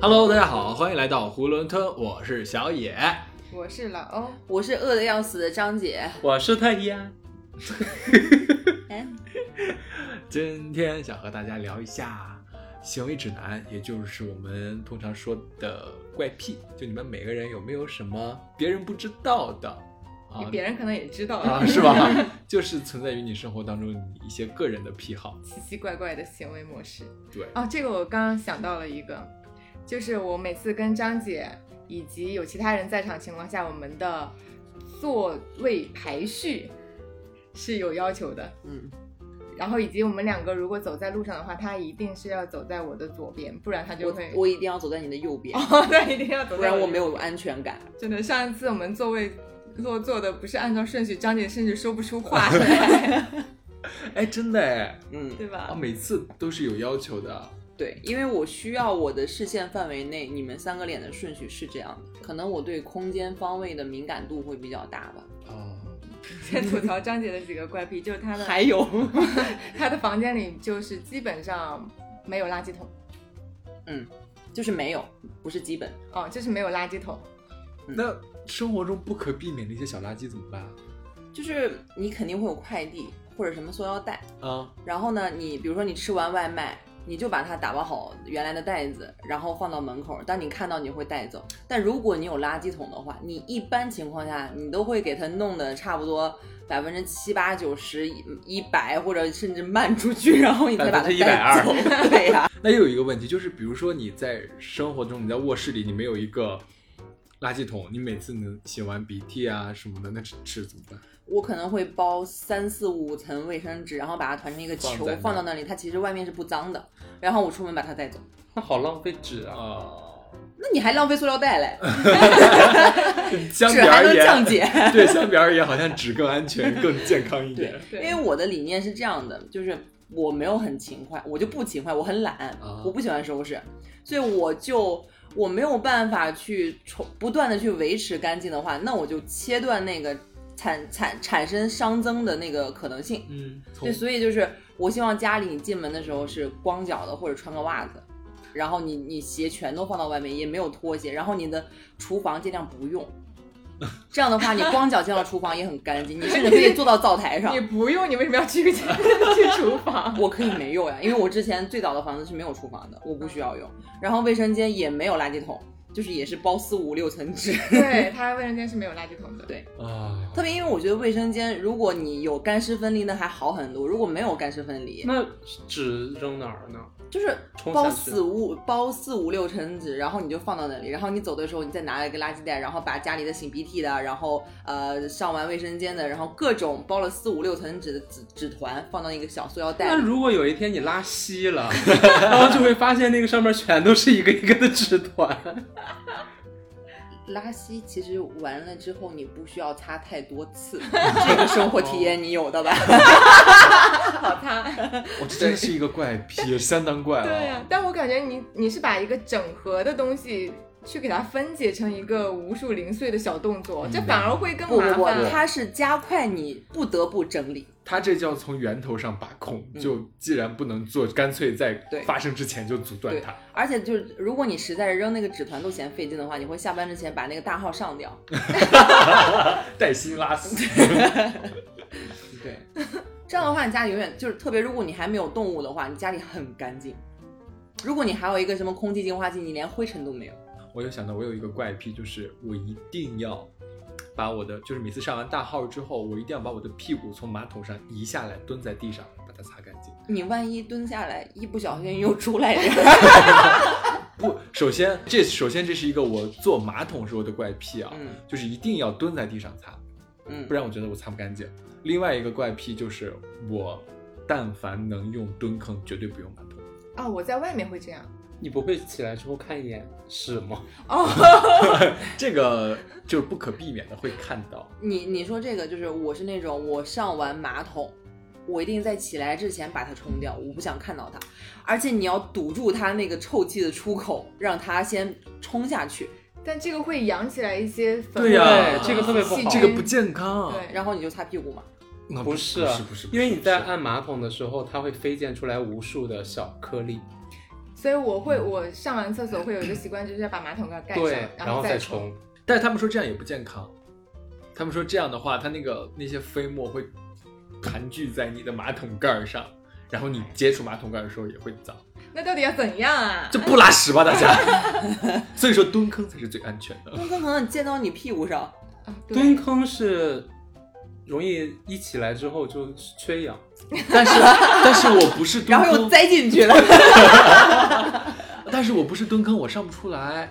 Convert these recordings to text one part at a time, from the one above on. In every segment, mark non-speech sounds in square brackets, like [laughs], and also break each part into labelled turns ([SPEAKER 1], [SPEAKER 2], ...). [SPEAKER 1] Hello，大家好，欢迎来到囫囵吞，我是小野。
[SPEAKER 2] 我是老欧，
[SPEAKER 3] 我是饿的要死的张姐，
[SPEAKER 4] 我是太医啊，
[SPEAKER 2] 哎
[SPEAKER 1] 今天想和大家聊一下行为指南，也就是我们通常说的怪癖。就你们每个人有没有什么别人不知道的啊？
[SPEAKER 2] 别人可能也知道 [laughs]
[SPEAKER 1] 啊，是吧？就是存在于你生活当中你一些个人的癖好。
[SPEAKER 2] 奇奇怪怪的行为模式。
[SPEAKER 1] 对
[SPEAKER 2] 哦，这个我刚刚想到了一个，就是我每次跟张姐以及有其他人在场情况下，我们的座位排序是有要求的。
[SPEAKER 3] 嗯，
[SPEAKER 2] 然后以及我们两个如果走在路上的话，他一定是要走在我的左边，不然他就
[SPEAKER 3] 我
[SPEAKER 2] 嗯会
[SPEAKER 3] 我一定要走在你的右
[SPEAKER 2] [laughs]
[SPEAKER 3] 边，
[SPEAKER 2] 哦，对，一定要走在
[SPEAKER 3] 不然我
[SPEAKER 2] 的
[SPEAKER 3] 没有安全感。
[SPEAKER 2] 真的，上一次我们座位落座的不是按照顺序，张姐甚至说不出
[SPEAKER 3] [laughs]
[SPEAKER 2] 话来，
[SPEAKER 1] 哎，真的哎，
[SPEAKER 3] 嗯，
[SPEAKER 2] 对吧
[SPEAKER 1] 啊，？每次都是有要求的。啊
[SPEAKER 3] 对，因为我需要我的视线范围内，你们三个脸的顺序是这样的。可能我对空间方位的敏感度会比较大吧。
[SPEAKER 4] 嗯
[SPEAKER 1] 哦，
[SPEAKER 2] [laughs] 先吐槽张姐的几个怪癖，就是她的
[SPEAKER 3] 还有， [laughs]
[SPEAKER 2] 她的房间里就是基本上没有垃圾桶，
[SPEAKER 3] 就是没有，不是基本。
[SPEAKER 2] 哦，就是没有垃圾桶，
[SPEAKER 1] 那生活中不可避免的一些小垃圾怎么办啊
[SPEAKER 3] 就是你肯定会有快递或者什么塑料袋，
[SPEAKER 1] 啊？
[SPEAKER 3] 然后呢，你比如说你吃完外卖，你就把它打包好原来的袋子，然后放到门口。当你看到，你会带走。但如果你有垃圾桶的话，你一般情况下你都会给它弄得差不多百分之七八九十、一百或者甚至漫出去，然后你再把它带走。 [laughs] 对呀、
[SPEAKER 1] 那又有一个问题，就是比如说你在生活中，你在卧室里，你没有一个垃圾桶，你每次能擤完鼻涕啊什么的，那是是怎么办？
[SPEAKER 3] 我可能会包三四五层卫生纸，然后把它团成一个
[SPEAKER 1] 放
[SPEAKER 3] 球
[SPEAKER 1] 在那
[SPEAKER 3] 放到那里，它其实外面是不脏的。然后我出门把它带走，
[SPEAKER 4] 那好浪费纸啊！
[SPEAKER 1] 啊、
[SPEAKER 3] 那你还浪费塑料袋
[SPEAKER 1] [laughs]
[SPEAKER 3] 嘞，
[SPEAKER 4] [laughs]
[SPEAKER 1] 相比
[SPEAKER 3] 纸还
[SPEAKER 1] 而
[SPEAKER 3] 能降
[SPEAKER 1] 言，
[SPEAKER 3] 解。
[SPEAKER 1] 对，相比而言，好像纸更安全、更健康一点。
[SPEAKER 2] 对
[SPEAKER 3] 因为我的理念是这样的，就是我没有很勤快，我就不勤快，我很懒，
[SPEAKER 1] 啊
[SPEAKER 3] 我不喜欢收拾，所以我就我没有办法去重不断的去维持干净的话，那我就切断那个产产产生熵增的那个可能性。
[SPEAKER 1] 嗯，从
[SPEAKER 3] 对，所以就是我希望家里你进门的时候是光脚的，或者穿个袜子。然后你你鞋全都放到外面，也没有拖鞋。然后你的厨房尽量
[SPEAKER 2] [laughs]
[SPEAKER 3] 不用，这样的话你光脚进到厨房也很干净，你甚至可以坐到灶台
[SPEAKER 2] [laughs]
[SPEAKER 3] 上
[SPEAKER 2] 你。不用，你为什么要去 [laughs] 去厨房？ [laughs]
[SPEAKER 3] 我可以没有呀，因为我之前最早的房子是没有厨房的，我不需要用。然后卫生间也没有垃圾桶，就是也是包四五六层纸。 [laughs]
[SPEAKER 2] 对，她卫生间是没有垃圾桶的。
[SPEAKER 3] 对
[SPEAKER 1] 啊，
[SPEAKER 3] 特别因为我觉得卫生间，如果你有干湿分离，那还好很多；如果没有干湿分离，
[SPEAKER 4] 那纸扔哪儿呢？
[SPEAKER 3] 就是
[SPEAKER 4] 冲
[SPEAKER 3] 包
[SPEAKER 4] 下去
[SPEAKER 3] 四五包四五六层纸，然后你就放到那里，然后你走的时候，你再拿一个垃圾袋，然后把家里的擤鼻涕的，然后呃上完卫生间的，然后各种包了四五六层纸的纸纸团放到一个小塑料袋
[SPEAKER 4] 那
[SPEAKER 3] 里。
[SPEAKER 4] 如果有一天你拉稀了， [laughs] 然后就会发现那个上面全都是一个一个的纸团。
[SPEAKER 3] 拉稀其实完了之后，你不需要擦太多次， [laughs] 这个生活体验你有的吧？
[SPEAKER 2] 好哦她。
[SPEAKER 1] 我这真是一个怪
[SPEAKER 4] [laughs]
[SPEAKER 1] 癖，相当怪
[SPEAKER 2] [laughs] 对呀、
[SPEAKER 1] 啊。
[SPEAKER 2] 但我感觉你你是把一个整合的东西去给它分解成一个无数零碎的小动作，
[SPEAKER 1] 嗯
[SPEAKER 2] 这反而会更
[SPEAKER 3] 哦 [laughs] 不
[SPEAKER 2] 麻
[SPEAKER 3] 不不
[SPEAKER 2] 烦。，
[SPEAKER 3] 它是加快你不得不整理。
[SPEAKER 1] 他这叫从源头上把控，就既然不能做，干脆在
[SPEAKER 3] 嗯对
[SPEAKER 1] 发生之前就阻断
[SPEAKER 3] 对
[SPEAKER 1] 它。
[SPEAKER 3] 而且就是，如果你实在是扔那个纸团都嫌费劲的话，你会下班之前把那个大号上掉。
[SPEAKER 1] 带薪拉
[SPEAKER 3] [laughs]
[SPEAKER 1] 丝，
[SPEAKER 4] 对，
[SPEAKER 3] 这样的话，你家里永远就是特别，如果你还没有动物的话，你家里很干净。如果你还有一个什么空气净化器，你连灰尘都没有。
[SPEAKER 1] 我就想到我有一个怪癖，就是我一定要把我的，就是每次上完大号之后，我一定要把我的屁股从马桶上移下来，蹲在地上把它擦干净。
[SPEAKER 3] 你万一蹲下来，一不小心又出来人，嗯
[SPEAKER 1] 不，首先这首先这是一个我坐马桶时候的怪癖啊，
[SPEAKER 3] [laughs] 嗯
[SPEAKER 1] 就是一定要蹲在地上擦，
[SPEAKER 3] 嗯
[SPEAKER 1] 不，然我觉得我擦不干净。另外一个怪癖就是我但凡能用蹲坑，绝对不用马桶。
[SPEAKER 2] 哦，我在外面会这样。
[SPEAKER 4] 你不会起来之后看一眼屎吗？
[SPEAKER 2] 哦，
[SPEAKER 1] [laughs] 这个就是不可避免的会看到。
[SPEAKER 3] 你你说这个就是我是那种我上完马桶，我一定在起来之前把它冲掉，我不想看到它，而且你要堵住它那个臭气的出口，让它先冲下去，
[SPEAKER 2] 但这个会养起来一些粉
[SPEAKER 1] 对呀
[SPEAKER 2] 末
[SPEAKER 1] 这个
[SPEAKER 4] 特别不好
[SPEAKER 2] 细菌
[SPEAKER 1] 这个不健康，
[SPEAKER 2] 对
[SPEAKER 3] 然后你就擦屁股嘛。
[SPEAKER 1] 嗯
[SPEAKER 4] 不
[SPEAKER 1] 是
[SPEAKER 4] 是啊
[SPEAKER 1] 不是不是，
[SPEAKER 4] 因为你
[SPEAKER 1] 不是
[SPEAKER 4] 在按马桶的时候，它会飞溅出来无数的小颗粒。
[SPEAKER 2] 所以我会我上完厕所会有一个习惯，就是要把马桶盖盖上，
[SPEAKER 4] 对，然
[SPEAKER 2] 后
[SPEAKER 4] 再
[SPEAKER 2] 冲。
[SPEAKER 4] 冲。
[SPEAKER 1] 但是他们说这样也不健康，他们说这样的话，他那个那些飞沫会盘踞在你的马桶盖儿上，然后你接触马桶盖儿的时候也会脏，
[SPEAKER 2] 那到底要怎样啊？
[SPEAKER 1] 这不拉屎吧大家？ [laughs] 所以说蹲坑才是最安全
[SPEAKER 3] [laughs]
[SPEAKER 1] 的。
[SPEAKER 3] 蹲坑可能溅到你屁股上，
[SPEAKER 2] 啊对，
[SPEAKER 4] 蹲坑是容易一起来之后就缺氧，
[SPEAKER 1] 但是但是我不是蹲
[SPEAKER 3] 然后又
[SPEAKER 1] 坑，
[SPEAKER 3] 栽进
[SPEAKER 4] [laughs]
[SPEAKER 3] 去了。
[SPEAKER 1] 但是我不是蹲坑，我上不出来。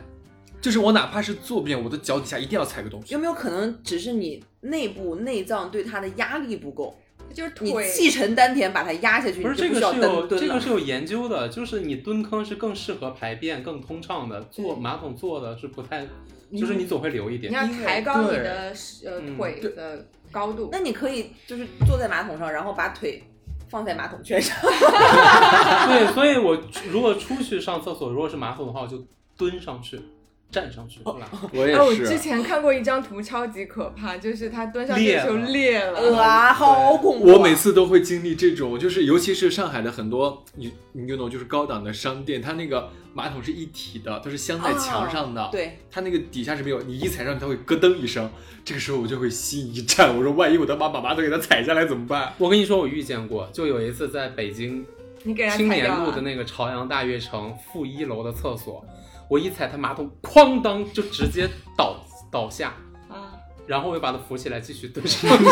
[SPEAKER 1] 就是我哪怕是坐便，我的脚底下一定要踩个东西
[SPEAKER 3] 有。没有可能只是你内部内脏对它的压力不够，
[SPEAKER 2] 就是
[SPEAKER 3] 你
[SPEAKER 2] 腿
[SPEAKER 3] 气沉丹田把它压下去，
[SPEAKER 4] 不是
[SPEAKER 3] 你就
[SPEAKER 4] 这
[SPEAKER 3] 不
[SPEAKER 4] 个
[SPEAKER 3] 需要
[SPEAKER 4] 是有
[SPEAKER 3] 蹬
[SPEAKER 4] 这
[SPEAKER 3] 蹲
[SPEAKER 4] 个
[SPEAKER 3] 了。
[SPEAKER 4] 是有研究的，就是你蹲坑是更适合排便、更通畅的，坐马桶坐的是不太，就是你总会留一
[SPEAKER 2] 你
[SPEAKER 4] 点。
[SPEAKER 2] 要抬高你
[SPEAKER 1] 对
[SPEAKER 2] 的呃
[SPEAKER 4] 嗯
[SPEAKER 2] 腿的高度。
[SPEAKER 3] 那你可以就是坐在马桶上，然后把腿放在马桶圈上，
[SPEAKER 4] 对，所以我如果出去上厕所，如果是马桶的话，我就蹲上去，站上去，不拉。
[SPEAKER 1] 我
[SPEAKER 2] 哎， [laughs]
[SPEAKER 4] 啊
[SPEAKER 2] 我之前看过一张图，超级可怕，就是他蹲上去
[SPEAKER 4] 裂
[SPEAKER 2] 的时候
[SPEAKER 4] 了呃
[SPEAKER 2] 裂了，
[SPEAKER 3] 哇，好恐怖啊！
[SPEAKER 1] 我每次都会经历这种，就是尤其是上海的很多，你你就懂，就是高档的商店，它那个马桶是一体的，它是镶在墙上
[SPEAKER 2] 啊
[SPEAKER 1] 的，，
[SPEAKER 3] 对，
[SPEAKER 1] 它那个底下是没有，你一踩上去它会咯噔一声，这个时候我就会心一颤，我说万一我的妈把马桶给它踩下来怎么办？ [laughs]
[SPEAKER 4] 我跟你说，我遇见过，就有一次在北京
[SPEAKER 2] 你给人
[SPEAKER 4] 青
[SPEAKER 2] 家踩
[SPEAKER 4] 年
[SPEAKER 2] 掉
[SPEAKER 4] 路的
[SPEAKER 2] 了。
[SPEAKER 4] 那个朝阳大悦城负一楼的厕所，我一踩它马桶，哐当就直接倒倒下，
[SPEAKER 2] 啊，
[SPEAKER 4] 然后我又把它扶起来继续蹲上
[SPEAKER 2] [laughs]
[SPEAKER 4] 去。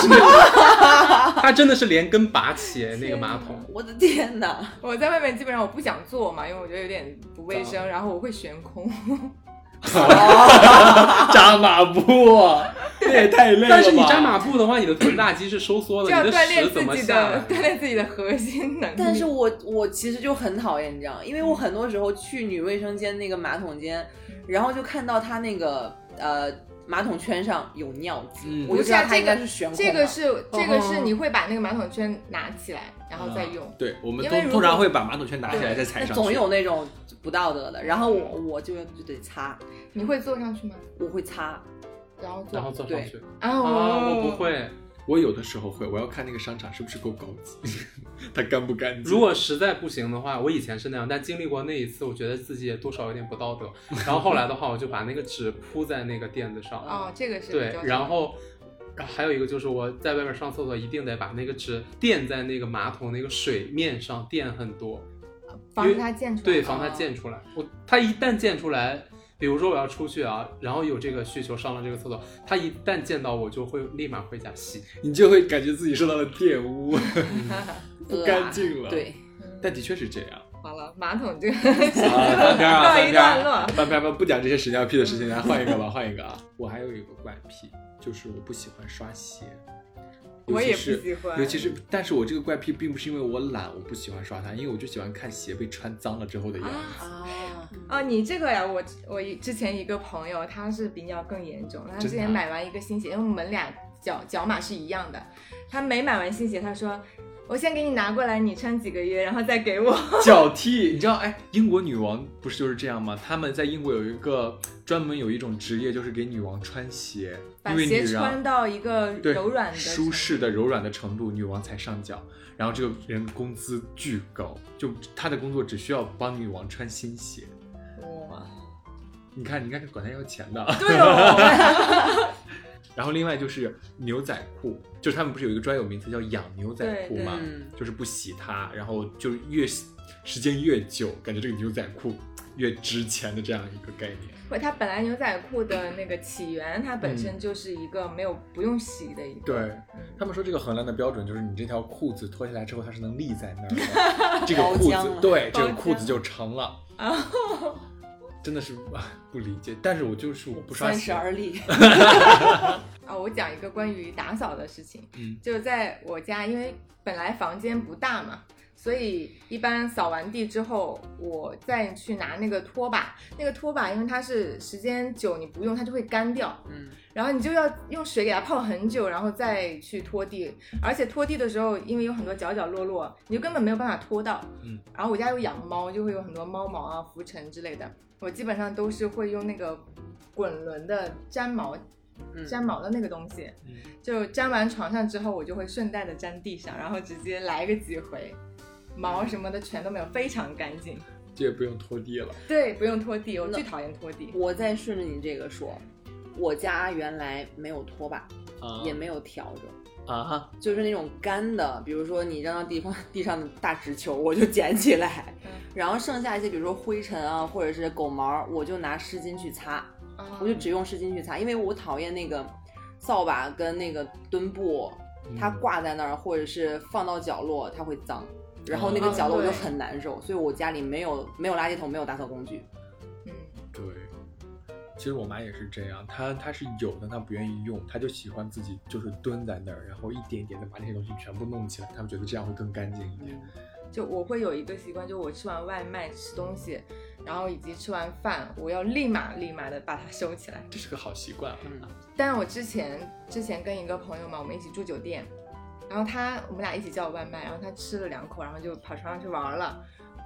[SPEAKER 4] 它真的是连根拔起那个马桶，
[SPEAKER 3] 我的天哪！
[SPEAKER 2] 我在外面基本上我不想坐嘛，因为我觉得有点不卫生，然后我会悬空。
[SPEAKER 1] 扎马步，
[SPEAKER 2] [laughs]
[SPEAKER 1] 那也太累了吧。
[SPEAKER 4] 但是你扎马步的话，你的臀大肌是收
[SPEAKER 2] [laughs]
[SPEAKER 4] 缩
[SPEAKER 2] 就
[SPEAKER 4] 的，
[SPEAKER 2] 要
[SPEAKER 4] 哦你
[SPEAKER 2] 锻炼
[SPEAKER 4] 屎
[SPEAKER 2] 自
[SPEAKER 4] 怎么
[SPEAKER 2] 己
[SPEAKER 4] 下
[SPEAKER 2] 的
[SPEAKER 4] 来？
[SPEAKER 2] [laughs] 锻炼自己的核心能力。
[SPEAKER 3] 但是我我其实就很讨厌这样，因为我很多时候去女卫生间那个马桶间，然后就看到它那个呃马桶圈上有尿渍，
[SPEAKER 1] 嗯
[SPEAKER 3] 我就知道它应该是悬空的
[SPEAKER 2] 这个是这个是
[SPEAKER 4] 哦
[SPEAKER 2] 你会把那个马桶圈拿起来，然后再
[SPEAKER 4] 啊
[SPEAKER 2] 用。
[SPEAKER 1] 嗯对，我们
[SPEAKER 2] 因为
[SPEAKER 1] 通
[SPEAKER 2] 如果
[SPEAKER 1] 通常会把马桶圈拿起来再踩
[SPEAKER 3] 那
[SPEAKER 1] 上去，
[SPEAKER 3] 总有那种不道德的，然后我我就就得擦，
[SPEAKER 2] 你会坐上去吗？
[SPEAKER 3] 我会擦，
[SPEAKER 2] 然后坐
[SPEAKER 4] 然后坐上去
[SPEAKER 2] 啊，
[SPEAKER 4] 啊，我不。会。
[SPEAKER 1] 我有的时候会，我要看那个商场是不是够高级， [laughs] 它干不干净。
[SPEAKER 4] 如果实在不行的话，我以前是那样，但经历过那一次，我觉得自己也多少有点不道德。然后后来的话，我就把那个纸铺在那个垫子上，
[SPEAKER 2] 哦，这个是比
[SPEAKER 4] 对
[SPEAKER 2] 较，
[SPEAKER 4] 然后。然后还有一个就是我在外面上厕所，一定得把那个纸垫在那个马桶那个水面上垫很多，
[SPEAKER 2] 防止它溅出来。
[SPEAKER 4] 对，防它溅出来。我它一旦溅出来，比如说我要出去啊，然后有这个需求上了这个厕所，它一旦溅到我就会立马回家洗。
[SPEAKER 1] 你就会感觉自己受到了玷污，[laughs]
[SPEAKER 2] [laughs]
[SPEAKER 3] 呃
[SPEAKER 1] 不干净了。
[SPEAKER 3] 对，
[SPEAKER 1] 但的确是这
[SPEAKER 2] [laughs]
[SPEAKER 1] 样。
[SPEAKER 2] 嗯好了，马桶这个
[SPEAKER 1] 啊，翻篇啊，
[SPEAKER 2] 告
[SPEAKER 1] 翻
[SPEAKER 2] 一
[SPEAKER 1] 篇
[SPEAKER 2] 段
[SPEAKER 1] 儿
[SPEAKER 2] 落，
[SPEAKER 1] 翻篇儿吧，不讲这些屎尿屁的事情，
[SPEAKER 2] [laughs]
[SPEAKER 1] 来换一个吧，换一个啊！我还有一个怪癖，就是我不喜欢刷鞋，尤
[SPEAKER 2] [laughs] 我
[SPEAKER 1] 其
[SPEAKER 2] 也不喜
[SPEAKER 1] 是。
[SPEAKER 2] 欢。
[SPEAKER 1] 尤其是，但是我这个怪癖并不是因为我懒，我不喜欢刷它，因为我就喜欢看鞋被穿脏了之后的样子。
[SPEAKER 3] 啊，
[SPEAKER 2] 哦，你这个呀，我我一之前一个朋友，他是比你要更严重。他之
[SPEAKER 1] 真的
[SPEAKER 2] 前
[SPEAKER 1] 啊
[SPEAKER 2] 买完一个新鞋，因为我们俩脚脚码是一样的，他没买完新鞋，他说我先给你拿过来，你穿几个月，然后再给我。
[SPEAKER 1] [laughs] 脚踢，你知道，哎，英国女王不是就是这样吗？他们在英国有一个专门有一种职业，就是给女王穿鞋，
[SPEAKER 2] 把
[SPEAKER 1] 因为
[SPEAKER 2] 鞋
[SPEAKER 1] 女王
[SPEAKER 2] 穿到一个
[SPEAKER 1] 对
[SPEAKER 2] 柔软的、
[SPEAKER 1] 舒适的、柔软的程度，女王才上脚。然后这个人工资巨高，就他的工作只需要帮女王穿新鞋。
[SPEAKER 2] 哇， [laughs]
[SPEAKER 1] 你看，你看，管他要钱的。 [laughs]
[SPEAKER 2] 对哦，
[SPEAKER 1] 然后另外就是牛仔裤，就是他们不是有一个专有名词叫“养牛仔裤”
[SPEAKER 2] 对
[SPEAKER 1] 吗？
[SPEAKER 3] 嗯，
[SPEAKER 1] 就是不洗它，然后就越时间越久，感觉这个牛仔裤越值钱的这样一个概念。
[SPEAKER 2] 不，它本来牛仔裤的那个起源，它本身就是一个没有不用洗的一个。
[SPEAKER 1] 对他们说，这个衡量的标准就是你这条裤子脱下来之后，它是能立在那 [laughs] 儿的，这个裤
[SPEAKER 3] 包浆
[SPEAKER 1] 子
[SPEAKER 3] 了
[SPEAKER 1] 对，
[SPEAKER 2] 包
[SPEAKER 1] 这个裤
[SPEAKER 2] 浆
[SPEAKER 1] 子就成了。哦真的是 [laughs] 啊不理解，但是我就是我不刷
[SPEAKER 3] 三十
[SPEAKER 1] 鞋，
[SPEAKER 3] 而
[SPEAKER 1] [laughs]
[SPEAKER 3] 立，
[SPEAKER 2] 啊，我讲一个关于打扫的事情，
[SPEAKER 1] 嗯
[SPEAKER 2] 就是在我家，因为本来房间不大嘛，所以一般扫完地之后，我再去拿那个拖把，那个拖把因为它是时间久你不用它就会干掉，
[SPEAKER 3] 嗯，
[SPEAKER 2] 然后你就要用水给它泡很久，然后再去拖地，而且拖地的时候，因为有很多角角落落，你就根本没有办法拖到。
[SPEAKER 1] 嗯，
[SPEAKER 2] 然后我家有养猫，就会有很多猫毛啊、浮尘之类的，我基本上都是会用那个滚轮的粘毛
[SPEAKER 3] 嗯
[SPEAKER 2] 粘毛的那个东西，
[SPEAKER 1] 嗯
[SPEAKER 2] 就粘完床上之后，我就会顺带的粘地上，然后直接来个几回，毛什么的全都没有，非常干净。
[SPEAKER 1] 就也不用拖地了。
[SPEAKER 2] 对，不用拖地，我
[SPEAKER 3] 那
[SPEAKER 2] 最讨厌拖地。
[SPEAKER 3] 我再顺着你这个说，我家原来没有拖把，
[SPEAKER 1] 啊
[SPEAKER 3] 也没有笤帚。
[SPEAKER 1] 啊，
[SPEAKER 3] 就是那种干的，比如说你扔到地方地上的大纸球，我就捡起来，
[SPEAKER 2] 嗯
[SPEAKER 3] 然后剩下一些比如说灰尘啊，或者是狗毛，我就拿湿巾去擦，
[SPEAKER 2] 啊
[SPEAKER 3] 我就只用湿巾去擦，因为我讨厌那个扫把跟那个墩布，它挂在那儿或者是放到角落，它会脏，然后那个
[SPEAKER 1] 哦
[SPEAKER 3] 角落我就
[SPEAKER 2] 对
[SPEAKER 3] 很难受，所以我家里没有没有垃圾桶，没有打扫工具。
[SPEAKER 2] 嗯，
[SPEAKER 1] 对，其实我妈也是这样，她她是有，但她不愿意用，她就喜欢自己就是蹲在那儿，然后一点一点的把那些东西全部弄起来，她觉得这样会更干净一
[SPEAKER 3] 嗯
[SPEAKER 1] 点。
[SPEAKER 2] 就我会有一个习惯，就我吃完外卖吃东西，然后以及吃完饭，我要立马立马的把它收起来。
[SPEAKER 1] 这是个好习惯啊。
[SPEAKER 3] 嗯，
[SPEAKER 2] 但我之前之前跟一个朋友嘛，我们一起住酒店，然后他我们俩一起叫外卖，然后他吃了两口，然后就跑床上去玩了，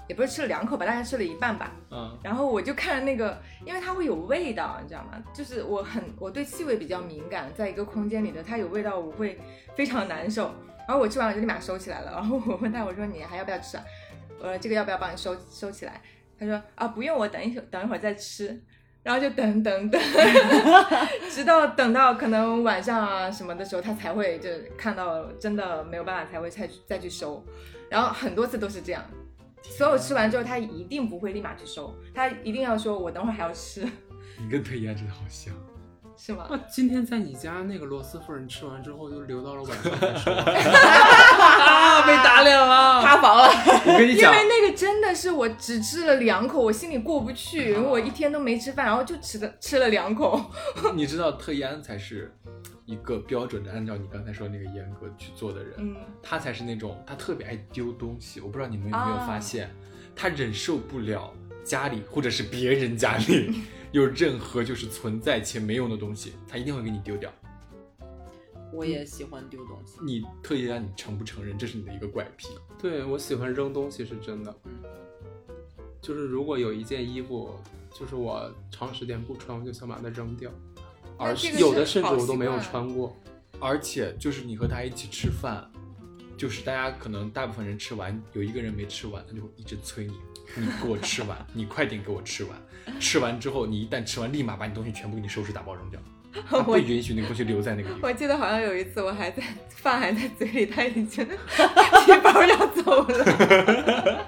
[SPEAKER 2] 也不是吃了两口吧，大概吃了一半吧。
[SPEAKER 1] 嗯
[SPEAKER 2] 然后我就看着那个，因为它会有味道，你知道吗？就是我很我对气味比较敏感，在一个空间里的它有味道，我会非常难受。然后我吃完我就立马收起来了。然后我问他，我说你还要不要吃啊？我说这个要不要帮你收收起来？他说啊不用，我等一会等一会儿再吃。然后就等等等， [laughs] 直到等到可能晚上啊什么的时候，他才会就是看到真的没有办法才会再去再去收。然后很多次都是这样，所有吃完之后，他一定不会立马去收，他一定要说“我等会儿还要吃 [laughs]
[SPEAKER 1] 你跟腿一样真的好像。”， [laughs]
[SPEAKER 2] 是吗？
[SPEAKER 4] 那今天在你家那个螺蛳粉吃完之后，就留到了晚上再说。 [laughs]
[SPEAKER 1] 啊，被打脸了！
[SPEAKER 3] 塌房了，
[SPEAKER 1] 我跟你
[SPEAKER 2] 因
[SPEAKER 1] 讲，
[SPEAKER 2] 为那个真的是我只吃了两口，我心里过不去，因为我一天都没吃饭，然后就吃的吃了两口。 [laughs]
[SPEAKER 1] 你知道特一安才是一个标准的按照你刚才说那个严格去做的人，
[SPEAKER 2] 嗯，
[SPEAKER 1] 他才是那种他特别爱丢东西，我不知道你们有没有
[SPEAKER 2] 啊
[SPEAKER 1] 发现，他忍受不了家里或者是别人家里 [laughs] 有任何就是存在且没用的东西，他一定会给你丢掉。
[SPEAKER 3] [laughs] 我也喜欢丢东西。
[SPEAKER 1] 你特意让你承不承认，这是你的一个怪癖。
[SPEAKER 4] 对我喜欢扔东西是真的，就是如果有一件衣服，就是我长时间不穿，我就想把它扔掉，
[SPEAKER 2] 那
[SPEAKER 1] 而
[SPEAKER 2] 这
[SPEAKER 1] 且
[SPEAKER 2] 个
[SPEAKER 4] 有
[SPEAKER 2] 是
[SPEAKER 4] 的甚至
[SPEAKER 2] 好
[SPEAKER 4] 我都
[SPEAKER 2] 习
[SPEAKER 4] 没有
[SPEAKER 2] 惯
[SPEAKER 4] 穿过。
[SPEAKER 1] 而且就是你和他一起吃饭，就是大家可能大部分人吃完，有一个人没吃完，他就会一直催你，你给我吃 [laughs] 完，你快点给我吃完。吃完之后，你一旦吃完，立马把你东西全部给你收拾打包 [laughs] 扔掉，他不允许那个东西留在那个地
[SPEAKER 2] 我
[SPEAKER 1] 方。
[SPEAKER 2] 记得好像有一次，我还在饭还在嘴里，他已经 [laughs] 提包要走了。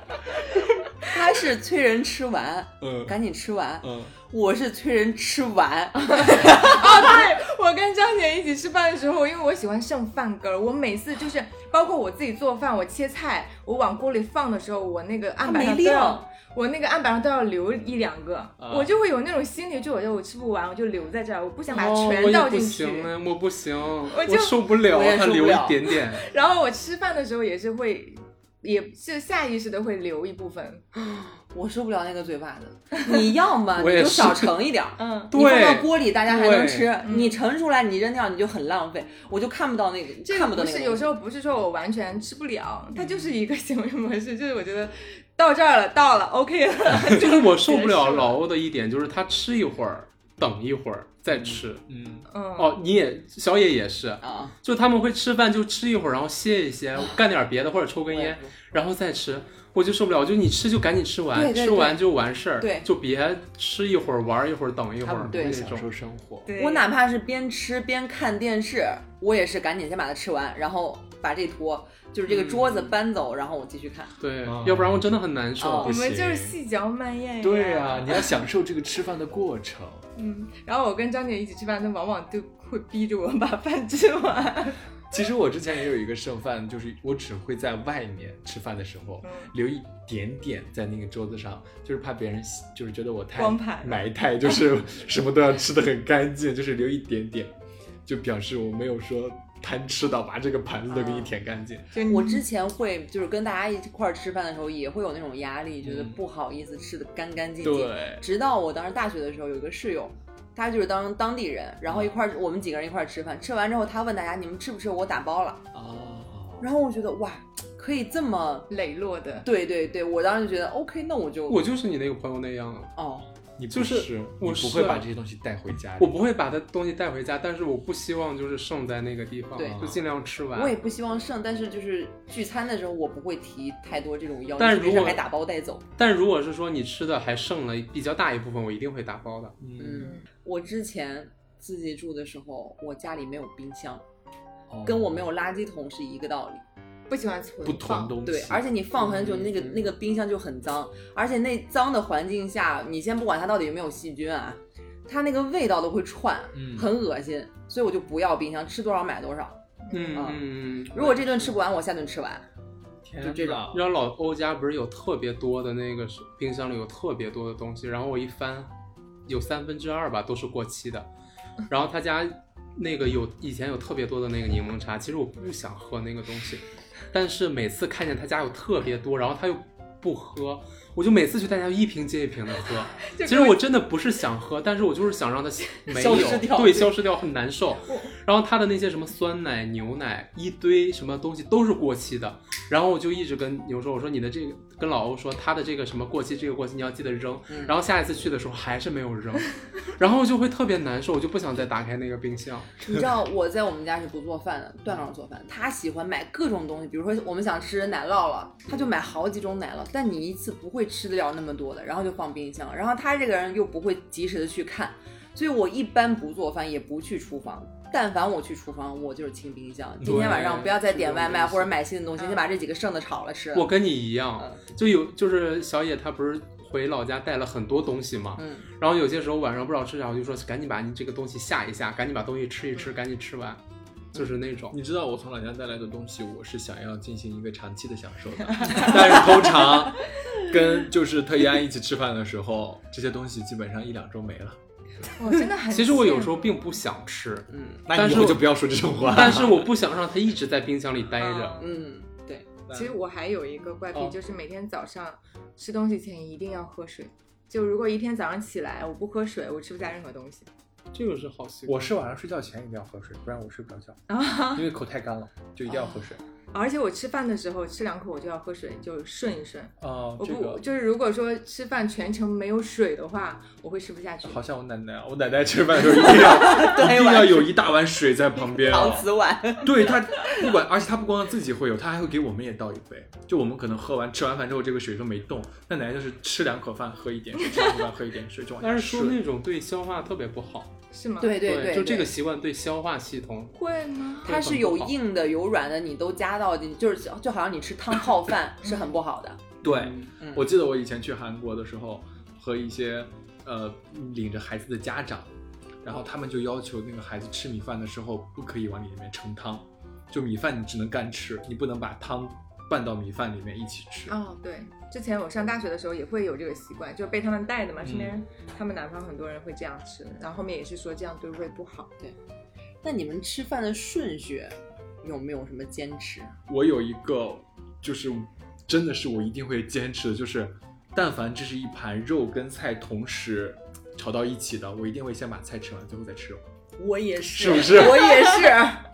[SPEAKER 3] 他是催人吃完，
[SPEAKER 1] 嗯
[SPEAKER 3] 赶紧吃完，
[SPEAKER 1] 嗯，
[SPEAKER 3] 我是催人吃完。
[SPEAKER 2] 哦，对， [laughs] 我跟张姐一起吃饭的时候，因为我喜欢剩饭根儿，我每次就是包括我自己做饭，我切菜，我往锅里放的时候，我那个案板上
[SPEAKER 3] 没
[SPEAKER 2] 都要
[SPEAKER 3] 料，
[SPEAKER 2] 我那个案板上都要留一两个，
[SPEAKER 1] 啊
[SPEAKER 2] 我就会有那种心理，就我觉得我吃不完，我就留在这儿，我不想把它
[SPEAKER 4] 哦
[SPEAKER 2] 全倒进
[SPEAKER 4] 我
[SPEAKER 2] 去。
[SPEAKER 4] 也不行哎，我不行，我
[SPEAKER 2] 就
[SPEAKER 4] 受不了啊
[SPEAKER 3] 我也，
[SPEAKER 4] 它
[SPEAKER 3] 受不
[SPEAKER 4] 留一
[SPEAKER 3] 了
[SPEAKER 4] 点点。
[SPEAKER 2] [laughs] 然后我吃饭的时候也是会，也是下意识的会留一部分。
[SPEAKER 3] 我受不了那个嘴巴子。 [laughs] 你要么
[SPEAKER 4] 我
[SPEAKER 3] 你
[SPEAKER 4] 也
[SPEAKER 3] 就是少盛一点儿，
[SPEAKER 2] 嗯，
[SPEAKER 3] 你放到
[SPEAKER 4] 对，
[SPEAKER 3] 锅里大家还能吃
[SPEAKER 4] 对，
[SPEAKER 2] 嗯
[SPEAKER 3] 你盛出来你扔掉你就很浪费，我就看不到那个
[SPEAKER 2] 这
[SPEAKER 3] 看
[SPEAKER 2] 个
[SPEAKER 3] 不到
[SPEAKER 2] 不
[SPEAKER 3] 那
[SPEAKER 2] 是
[SPEAKER 3] 个
[SPEAKER 2] 有
[SPEAKER 3] 东西。
[SPEAKER 2] 时候不是说我完全吃不了，它就是一个行为模式，就是我觉得到这儿了，到了，OK 了。
[SPEAKER 4] 就是我受不
[SPEAKER 2] 结
[SPEAKER 4] 了
[SPEAKER 2] 束了
[SPEAKER 4] 老欧的一点，就是他吃一会儿，等一会儿再吃。
[SPEAKER 1] 嗯，
[SPEAKER 2] 嗯，
[SPEAKER 4] 哦，你也小野也是，
[SPEAKER 3] 啊，
[SPEAKER 4] 就他们会吃饭就吃一会儿，然后歇一歇，干点别的或者抽根
[SPEAKER 3] 我也
[SPEAKER 4] 烟，然后再吃，我就受不了。就你吃就赶紧吃完，
[SPEAKER 3] 对对
[SPEAKER 4] 吃完就完事儿，
[SPEAKER 3] 对
[SPEAKER 4] 就别吃一会儿玩一会儿等一会
[SPEAKER 3] 他
[SPEAKER 4] 儿
[SPEAKER 3] 们对
[SPEAKER 4] 那
[SPEAKER 1] 享
[SPEAKER 4] 种。
[SPEAKER 1] 受生活。
[SPEAKER 2] 对，
[SPEAKER 3] 我哪怕是边吃边看电视，我也是赶紧先把它吃完，然后把这坨就是这个桌
[SPEAKER 2] 嗯
[SPEAKER 3] 子搬走，然后我继续看。
[SPEAKER 4] 对
[SPEAKER 1] 嗯，
[SPEAKER 4] 要不然我真的很难受。
[SPEAKER 3] 哦
[SPEAKER 2] 我们就
[SPEAKER 1] 行
[SPEAKER 2] 是细嚼慢咽
[SPEAKER 1] [laughs]
[SPEAKER 2] 呀。
[SPEAKER 1] 对啊，你要享受这个吃饭的过程。
[SPEAKER 2] 嗯，然后我跟张姐一起吃饭，她往往都会逼着我 [laughs] 把饭吃完。
[SPEAKER 1] 其实我之前也有一个剩饭，就是我只会在外面吃饭的时候
[SPEAKER 2] 嗯
[SPEAKER 1] 留一点点在那个桌子上，就是怕别人喜就是觉得我太
[SPEAKER 2] 光盘
[SPEAKER 1] 埋汰，就是什么都要吃的很干净，就是留一点点，就表示我没有说贪吃到把这个盘子都给你舔干净。
[SPEAKER 2] 就你
[SPEAKER 3] 我之前会就是跟大家一块儿吃饭的时候，也会有那种压力，觉得不好意思吃的干干净净。
[SPEAKER 1] 对，
[SPEAKER 3] 直到我当时大学的时候，有一个室友，他就是当当地人，然后一块儿我们几个人一块儿吃饭，吃完之后他问大家你们吃不吃？我打包了。
[SPEAKER 1] 哦，
[SPEAKER 3] 然后我觉得哇，可以这么，
[SPEAKER 2] 磊落的，
[SPEAKER 3] 对对对，我当时就觉得 OK，那我就
[SPEAKER 4] 我就是你那个朋友那样啊，
[SPEAKER 3] 哦，
[SPEAKER 1] 你不
[SPEAKER 4] 就是我
[SPEAKER 1] 你不
[SPEAKER 4] 是
[SPEAKER 1] 会
[SPEAKER 4] 啊
[SPEAKER 1] 把这些东西带回家里。
[SPEAKER 4] 我不会把它东西带回家，但是我不希望就是剩在那个地方，
[SPEAKER 3] 对
[SPEAKER 4] 就尽量吃完。
[SPEAKER 3] 我也不希望剩，但是就是聚餐的时候，我不会提太多这种要求，
[SPEAKER 4] 但是
[SPEAKER 3] 没
[SPEAKER 4] 如
[SPEAKER 3] 事
[SPEAKER 4] 果
[SPEAKER 3] 还打包带走。
[SPEAKER 4] 但如果是说你吃的还剩了比较大一部分，我一定会打包的。
[SPEAKER 1] 嗯，
[SPEAKER 3] 嗯，我之前自己住的时候，我家里没有冰箱，
[SPEAKER 1] 哦
[SPEAKER 3] 跟我没有垃圾桶是一个道理。
[SPEAKER 2] 不喜欢存
[SPEAKER 1] 不
[SPEAKER 2] 放
[SPEAKER 1] 囤东西，
[SPEAKER 3] 对，而且你放很久，那个
[SPEAKER 4] 嗯
[SPEAKER 3] 那个冰箱就很脏，而且那脏的环境下，你先不管它到底有没有细菌啊，它那个味道都会串，
[SPEAKER 1] 嗯
[SPEAKER 3] 很恶心，所以我就不要冰箱，吃多少买多少。
[SPEAKER 4] 嗯
[SPEAKER 3] 啊
[SPEAKER 4] 嗯嗯。
[SPEAKER 3] 如果这顿吃不完，我下顿吃完。
[SPEAKER 1] 天
[SPEAKER 3] 就这
[SPEAKER 1] 哪
[SPEAKER 4] 然后老欧家不是有特别多的那个是冰箱里有特别多的东西，然后我一翻，有三分之二吧都是过期的。然后他家那个有以前有特别多的那个柠檬茶，其实我不想喝那个东西，但是每次看见他家有特别多，然后他又不喝，我就每次去他家一瓶接一瓶的喝。
[SPEAKER 3] [laughs]
[SPEAKER 2] 就
[SPEAKER 4] 其实我真的不是想喝，但是我就是想让它没有
[SPEAKER 3] 消失掉
[SPEAKER 4] 对，消失掉很难受。然后它的那些什么酸奶、牛奶，一堆什么东西都是过期的。然后我就一直跟牛说：“我说你的这个，跟老欧说他的这个什么过期，这个过期你要记得扔。
[SPEAKER 3] 嗯
[SPEAKER 4] 然后下一次去的时候还是没
[SPEAKER 3] [laughs]
[SPEAKER 4] 有扔，然后我就会特别难受，我就不想再打开那个冰箱。
[SPEAKER 3] [laughs] 你知道我在我们家是不做饭的，段老师做饭，他喜欢买各种东西，比如说我们想吃奶酪了，他就买好几种奶酪，但你一次不会吃得了那么多的，然后就放冰箱，然后他这个人又不会及时的去看，所以我一般不做饭，也不去厨房。但凡我去厨房，我就是清冰箱。今天晚上不要再点外卖或者买新的东西，
[SPEAKER 2] 嗯
[SPEAKER 3] 先把这几个剩的炒了吃。
[SPEAKER 4] 我跟你一样
[SPEAKER 3] 啊嗯，
[SPEAKER 4] 就有就是小野她不是回老家带了很多东西嘛，
[SPEAKER 3] 嗯，
[SPEAKER 4] 然后有些时候晚上不知道吃啥，我就说赶紧把你这个东西下一下，赶紧把东西吃一
[SPEAKER 3] 嗯
[SPEAKER 4] 吃，赶紧吃完，就是那种。
[SPEAKER 1] 你知道我从老家带来的东西，我是想要进行一个长期的享受的，但是通常跟就是特一安一起吃饭的时候，这些东西基本上一两周没了。
[SPEAKER 2] [laughs] 我真的很
[SPEAKER 4] 其实我有
[SPEAKER 2] 羡
[SPEAKER 4] 时候
[SPEAKER 2] 慕
[SPEAKER 4] 并不想吃，
[SPEAKER 3] 嗯
[SPEAKER 1] 那
[SPEAKER 4] 但
[SPEAKER 1] 你以
[SPEAKER 4] 是
[SPEAKER 1] 后
[SPEAKER 4] 我
[SPEAKER 1] 就不要说这种话。
[SPEAKER 4] 但
[SPEAKER 1] [laughs]
[SPEAKER 4] 是我不想让它一直在冰箱里待
[SPEAKER 2] 啊
[SPEAKER 4] 着。
[SPEAKER 3] 嗯，对，
[SPEAKER 2] 其实我还有一个怪癖，
[SPEAKER 4] 哦
[SPEAKER 2] 就是每天早上吃东西前一定要喝水。就如果一天早上起来我不喝水，我吃不下任何东西。 [laughs]
[SPEAKER 4] 这个是好习惯。
[SPEAKER 1] 我是晚上睡觉前一定要喝水，不然我睡不着觉，
[SPEAKER 2] 啊，
[SPEAKER 1] 因为口太干了，就一定要喝水。
[SPEAKER 2] 而且我吃饭的时候吃两口我就要喝水，就顺一顺。
[SPEAKER 1] 哦，
[SPEAKER 2] 我
[SPEAKER 1] 这
[SPEAKER 2] 不、
[SPEAKER 1] 个
[SPEAKER 2] 就是如果说吃饭全程没有水的话，我会吃不下去。
[SPEAKER 1] 好像我奶奶啊，我奶奶吃饭的时候一定要一定要有一大碗水在旁
[SPEAKER 3] [laughs]
[SPEAKER 1] 边
[SPEAKER 3] 搪
[SPEAKER 1] 哦。
[SPEAKER 3] 瓷碗。
[SPEAKER 1] 对她不管，而且她不光自己会有，她还会给我们也倒一杯。就我们可能喝完吃完饭之后，这个水都没动，那奶奶就是吃两口饭喝一点水，吃两口饭喝一点水，就往
[SPEAKER 4] 但
[SPEAKER 1] 下
[SPEAKER 4] 是说
[SPEAKER 1] 睡。
[SPEAKER 4] 那种对消化特别不好，
[SPEAKER 2] 是吗？，
[SPEAKER 3] 对对
[SPEAKER 4] 就这个习惯对消化系统，
[SPEAKER 2] 会吗？
[SPEAKER 4] 对
[SPEAKER 3] 它是
[SPEAKER 4] 很不
[SPEAKER 3] 有
[SPEAKER 4] 好
[SPEAKER 3] 硬的有软的，你都加到进去，就是就好像你吃汤泡饭是很不好的。
[SPEAKER 1] 对，
[SPEAKER 3] 嗯
[SPEAKER 1] 我记得我以前去韩国的时候，和一些呃领着孩子的家长，然后他们就要求那个孩子吃米饭的时候不可以往里面盛汤，就米饭你只能干吃，你不能把汤拌到米饭里面一起吃。
[SPEAKER 2] 哦，对，之前我上大学的时候也会有这个习惯，就被他们带的嘛，
[SPEAKER 1] 嗯
[SPEAKER 2] 身边他们南方很多人会这样吃，然后后面也是说这样对胃不好。
[SPEAKER 3] 那你们吃饭的顺序有没有什么坚持？
[SPEAKER 1] 我有一个就是真的是我一定会坚持的，就是但凡这是一盘肉跟菜同时炒到一起的，我一定会先把菜吃完，最后再吃肉。
[SPEAKER 3] 我也
[SPEAKER 1] 是不是
[SPEAKER 3] 我也是，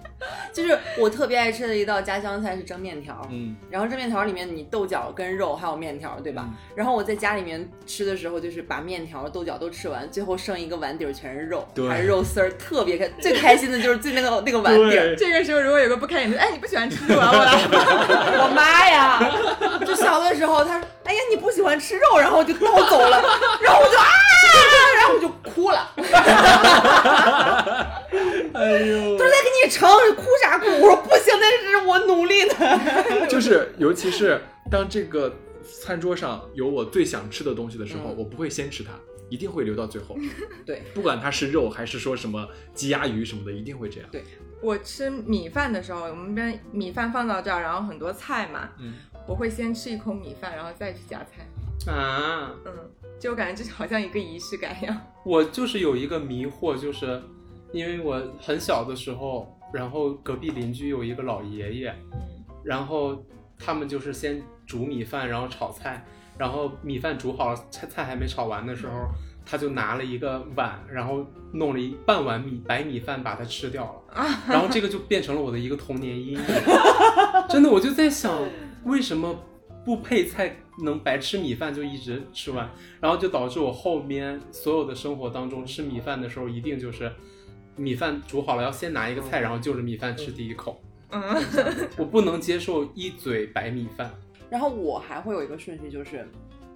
[SPEAKER 3] [laughs] 就是我特别爱吃的一道家乡菜是蒸面条。
[SPEAKER 1] 嗯，
[SPEAKER 3] 然后蒸面条里面你豆角跟肉还有面条，对吧？然后我在家里面吃的时候，就是把面条、豆角都吃完，最后剩一个碗底儿全是肉，
[SPEAKER 1] 对
[SPEAKER 3] 还是肉丝儿，特别开。最开心的就是最那个那个碗底
[SPEAKER 1] 对
[SPEAKER 3] 儿，
[SPEAKER 2] 这个时候如果有个不开眼的，哎，你不喜欢吃肉啊，我来吧。
[SPEAKER 3] [laughs] 我妈呀！ [laughs] 就小的时候，她说：“哎呀，你不喜欢吃肉。”然后就跟我走了，然后我就啊，然后我就哭了。
[SPEAKER 1] [laughs] 哎呦
[SPEAKER 3] 她说：“再给你盛，哭啥哭？”我说：“不行，但是我努力呢。
[SPEAKER 1] 就是尤其是当这个餐桌上有我最想吃的东西的时候，
[SPEAKER 3] 嗯
[SPEAKER 1] 我不会先吃它，一定会留到最后。
[SPEAKER 3] [laughs] 对，
[SPEAKER 1] 不管它是肉还是说什么鸡鸭鱼什么的，一定会这样。
[SPEAKER 3] 对
[SPEAKER 2] [laughs] 我吃米饭的时候，我们这边米饭放到这儿，然后很多菜嘛，
[SPEAKER 1] 嗯，
[SPEAKER 2] 我会先吃一口米饭，然后再去夹菜。
[SPEAKER 4] 啊，
[SPEAKER 2] 嗯，就我感觉这好像一个仪式感一样。
[SPEAKER 4] 我就是有一个迷惑，就是因为我很小的时候，然后隔壁邻居有一个老爷爷，
[SPEAKER 1] 嗯
[SPEAKER 4] 然后他们就是先煮米饭，然后炒菜，然后米饭煮好了，菜菜还没炒完的时候，他就拿了一个碗，然后弄了一半碗米白米饭把它吃掉了。
[SPEAKER 2] 啊，
[SPEAKER 4] 然后这个就变成了我的一个童年阴影。真的，我就在想，为什么不配菜能白吃米饭就一直吃完，然后就导致我后面所有的生活当中吃米饭的时候，一定就是米饭煮好了要先拿一个菜，然后就着米饭吃第一口，
[SPEAKER 2] 嗯，
[SPEAKER 4] 我不能接受一嘴白米饭。
[SPEAKER 3] 然后我还会有一个顺序，就是，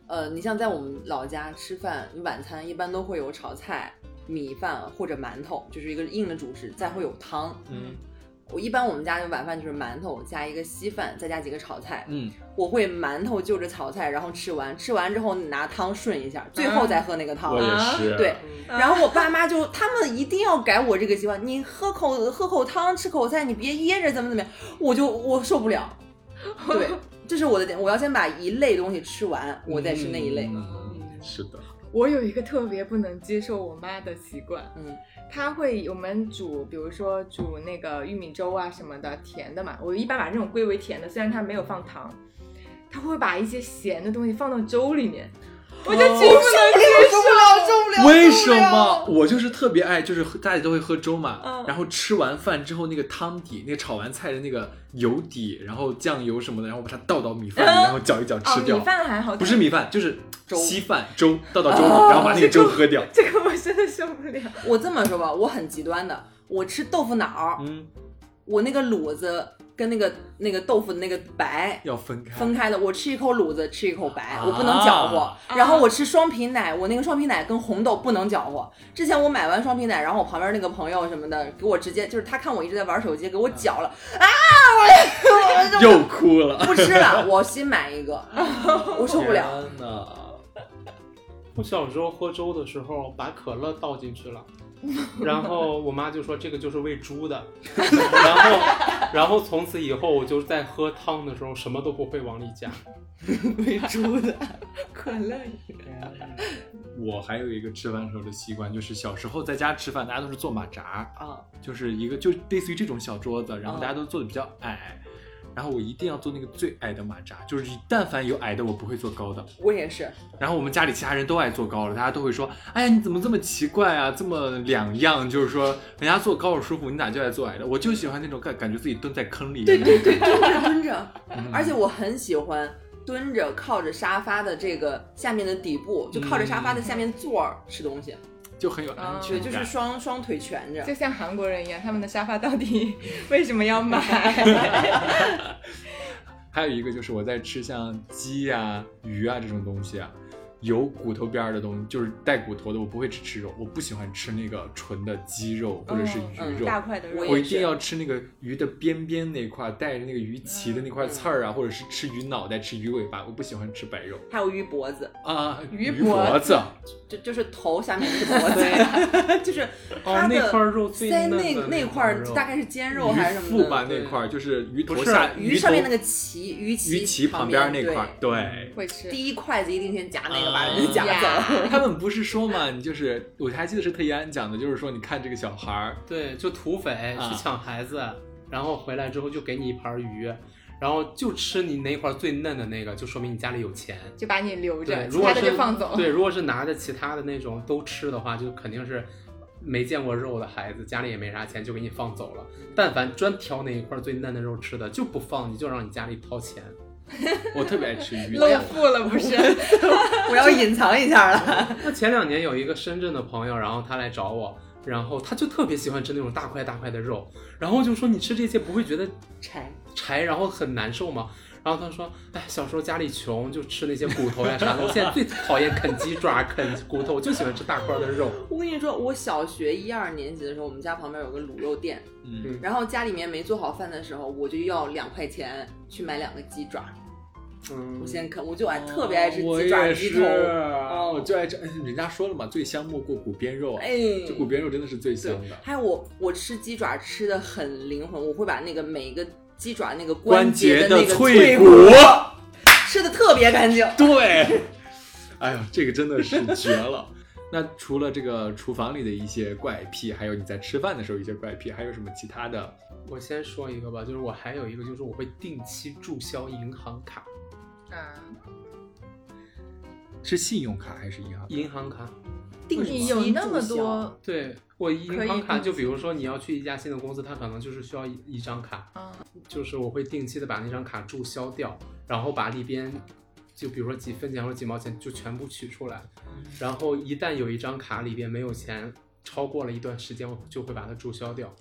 [SPEAKER 3] 呃，你像在我们老家吃饭，晚餐一般都会有炒菜、米饭或者馒头，就是一个硬的主食，再会有汤。
[SPEAKER 1] 嗯
[SPEAKER 3] 我一般我们家的晚饭就是馒头加一个稀饭，再加几个炒菜。
[SPEAKER 1] 嗯，
[SPEAKER 3] 我会馒头就着炒菜，然后吃完，吃完之后拿汤顺一下，最后再喝那个汤。
[SPEAKER 1] 我也是。
[SPEAKER 3] 对，
[SPEAKER 2] 啊
[SPEAKER 3] 然后我爸妈就他们一定要改我这个习惯，你喝口喝口汤，吃口菜，你别噎着，怎么怎么样，我就我受不了。对，这是我的点，我要先把一类东西吃完，我再吃那一类。
[SPEAKER 1] 嗯是的，
[SPEAKER 2] 我有一个特别不能接受我妈的习惯，
[SPEAKER 3] 嗯
[SPEAKER 2] 她会我们煮，比如说煮那个玉米粥啊什么的，甜的嘛，我一般把这种归为甜的，虽然它没有放糖，她会把一些咸的东西放到粥里面，我
[SPEAKER 1] 哦
[SPEAKER 2] 就绝不能接受。
[SPEAKER 1] 为什么？我就是特别爱，就是喝大家都会喝粥嘛，
[SPEAKER 3] 嗯
[SPEAKER 1] 然后吃完饭之后，那个汤底，那个炒完菜的那个油底，然后酱油什么的，然后把它倒到米饭里，
[SPEAKER 2] 嗯
[SPEAKER 1] 然后搅一搅
[SPEAKER 2] 哦，
[SPEAKER 1] 吃掉。
[SPEAKER 2] 米饭还好，
[SPEAKER 1] 不是米饭，就是
[SPEAKER 3] 粥
[SPEAKER 1] 稀饭粥，倒到粥里，然后把那个粥喝掉。
[SPEAKER 2] 这个我真的受不了。
[SPEAKER 3] 我这么说吧，我很极端的，我吃豆腐脑儿，
[SPEAKER 1] 嗯，
[SPEAKER 3] 我那个卤子跟那个那个豆腐的那个白。
[SPEAKER 1] 要分开。
[SPEAKER 3] 分开的，我吃一口卤子，吃一口白
[SPEAKER 1] 啊，
[SPEAKER 3] 我不能搅和。然后我吃双皮奶，我那个双皮奶跟红豆不能搅和。之前我买完双皮奶，然后我旁边那个朋友什么的给我直接就是他看我一直在玩手机，给我搅 [laughs] 了啊！我我
[SPEAKER 1] 又哭了，
[SPEAKER 3] 不吃了，我新买一 [laughs] 个，我受不 [laughs] 了。
[SPEAKER 1] 天哪！
[SPEAKER 4] 我小时候喝粥的时候，把可乐倒进去了，然后我妈就说这个就是喂猪的， [laughs] 然后，然后从此以后我就在喝汤的时候什么都不会往里加。
[SPEAKER 3] 喂猪的，
[SPEAKER 2] 可乐，
[SPEAKER 1] 我还有一个吃饭时候的习惯，就是小时候在家吃饭，大家都是坐马扎，
[SPEAKER 3] 啊，
[SPEAKER 1] 就是一个就类似于这种小桌子，然后
[SPEAKER 3] 嗯
[SPEAKER 1] 大家都坐的比较矮，然后我一定要坐那个最矮的马扎，就是但凡有矮的我不会坐高的。
[SPEAKER 3] 我也是，
[SPEAKER 1] 然后我们家里其他人都爱坐高了，大家都会说，哎呀你怎么这么奇怪啊，这么两样，就是说人家坐高了舒服，你咋就爱坐矮的？我就喜欢那种感感觉自己蹲在坑里一样的那种感觉。
[SPEAKER 3] 蹲着蹲着，
[SPEAKER 1] 嗯
[SPEAKER 3] [laughs] 而且我很喜欢蹲着靠着沙发的这个下面的底部，就靠着沙发的下面座儿吃东西，
[SPEAKER 1] 就很有安全
[SPEAKER 3] 嗯对，
[SPEAKER 1] 感，
[SPEAKER 3] 就是双双腿蜷着
[SPEAKER 2] 就。像韩国人一样，他们的沙发到底为什么要买？
[SPEAKER 1] 还有一个就是我在吃像鸡啊、鱼啊这种东西啊，有骨头边儿的东西，就是带骨头的，我不会只吃肉，我不喜欢吃那个纯的鸡肉或者是
[SPEAKER 3] 嗯
[SPEAKER 1] 鱼肉，
[SPEAKER 2] 大块的
[SPEAKER 3] 我
[SPEAKER 2] 肉
[SPEAKER 1] 我
[SPEAKER 3] 也
[SPEAKER 1] 一
[SPEAKER 3] 是
[SPEAKER 1] 定要吃那个鱼的边边那块，带着那个鱼鳍的那块刺儿啊，或者是吃鱼脑袋、吃鱼尾巴，我不喜欢吃白肉
[SPEAKER 3] 还有鱼脖子，
[SPEAKER 1] 啊，
[SPEAKER 2] 鱼
[SPEAKER 1] 脖
[SPEAKER 2] 脖
[SPEAKER 1] 子，
[SPEAKER 3] 就就是头下面是脖子， [laughs] 就是
[SPEAKER 4] 哦
[SPEAKER 3] 它，
[SPEAKER 4] 那块
[SPEAKER 3] 的
[SPEAKER 4] 肉最
[SPEAKER 3] 在
[SPEAKER 4] 嫩的
[SPEAKER 3] 那那块
[SPEAKER 4] 肉
[SPEAKER 3] 儿大概是肩肉还是
[SPEAKER 1] 鱼
[SPEAKER 3] 什么
[SPEAKER 1] 腹吧那
[SPEAKER 3] 的，
[SPEAKER 4] 对
[SPEAKER 1] 块儿，就是鱼头
[SPEAKER 4] 不是
[SPEAKER 1] 下
[SPEAKER 3] 鱼
[SPEAKER 1] 头
[SPEAKER 3] 上面那个鳍，鱼鳍
[SPEAKER 1] 鱼鳍旁边那块儿，
[SPEAKER 3] 对
[SPEAKER 1] 对。
[SPEAKER 2] 会吃。
[SPEAKER 3] 第一筷子一定先夹那个，把
[SPEAKER 1] 啊
[SPEAKER 3] 人夹走。
[SPEAKER 1] 他们不是说嘛，你就是我还记得是特一安讲的，就是说你看这个小孩儿，
[SPEAKER 4] 对，就土匪
[SPEAKER 1] 啊
[SPEAKER 4] 去抢孩子，然后回来之后就给你一盘鱼，然后就吃你那块儿最嫩的那个，就说明你家里有钱。
[SPEAKER 2] 就把你留
[SPEAKER 4] 对
[SPEAKER 2] 着，，其
[SPEAKER 4] 如果
[SPEAKER 2] 他
[SPEAKER 4] 是
[SPEAKER 2] 的就放走。
[SPEAKER 4] 对，如果是拿着其他的那种都吃的话，就肯定是没见过肉的孩子，家里也没啥钱，就给你放走了。
[SPEAKER 2] 嗯
[SPEAKER 4] 但凡专挑那一块儿最嫩的肉吃的，就不放，你就让你家里掏钱。
[SPEAKER 1] 我特别爱吃鱼
[SPEAKER 3] [laughs]
[SPEAKER 1] 头
[SPEAKER 2] 露富了不是？
[SPEAKER 3] 我要隐藏一下了。
[SPEAKER 4] 那前两年有一个深圳的朋友，然后他来找我，然后他就特别喜欢吃那种大块大块的肉，然后就说你吃这些不会觉得
[SPEAKER 3] 柴，
[SPEAKER 4] 柴，然后很难受吗？然后他说，哎，小时候家里穷，就吃那些骨头呀啥的。我现在最讨厌啃鸡爪、啃骨头，就喜欢吃大块的肉。
[SPEAKER 3] 我跟你说，我小学一二年级的时候，我们家旁边有个卤肉店，
[SPEAKER 1] 嗯，
[SPEAKER 3] 然后家里面没做好饭的时候，我就要两块钱去买两个鸡爪，
[SPEAKER 4] 嗯，
[SPEAKER 3] 我先啃，我就爱特别爱吃
[SPEAKER 1] 哦我
[SPEAKER 3] 鸡爪
[SPEAKER 1] 也
[SPEAKER 3] 鸡
[SPEAKER 1] 是
[SPEAKER 3] 头，
[SPEAKER 1] 啊我就爱吃。哎人家说了嘛，最香莫过骨边肉啊，
[SPEAKER 3] 哎，
[SPEAKER 1] 这骨边肉真的是最香的。
[SPEAKER 3] 还有我我吃鸡爪吃的很灵魂，我会把那个每一个鸡爪那个
[SPEAKER 1] 关
[SPEAKER 3] 节
[SPEAKER 1] 节
[SPEAKER 3] 的那
[SPEAKER 1] 的
[SPEAKER 3] 个
[SPEAKER 1] 脆
[SPEAKER 3] 骨
[SPEAKER 1] 骨，
[SPEAKER 3] 吃的特别干
[SPEAKER 2] [laughs]
[SPEAKER 3] 净。
[SPEAKER 1] [laughs] 对，哎呦，这个真的是绝了。 [laughs] 那除了这个厨房里的一些怪癖，还有你在吃饭的时候一些怪癖，还有什么其他的？
[SPEAKER 4] 我先说一个吧，就是我还有一个，就是我会定期注销银行卡，
[SPEAKER 2] 啊，
[SPEAKER 1] 是信用卡还是银行？
[SPEAKER 4] 银行卡，
[SPEAKER 3] 定期
[SPEAKER 2] 你有那么
[SPEAKER 3] 注销
[SPEAKER 2] 多，
[SPEAKER 4] 对我银行
[SPEAKER 2] 可
[SPEAKER 4] 卡，
[SPEAKER 2] 以
[SPEAKER 4] 就比如说你要去一家新的公司，它可能就是需要一一张卡，
[SPEAKER 2] 嗯，
[SPEAKER 4] 就是我会定期的把那张卡注销掉，然后把里边就比如说几分钱或者几毛钱就全部取出来，然后一旦有一张卡里边没有钱，超过了一段时间，我就会把它注销掉。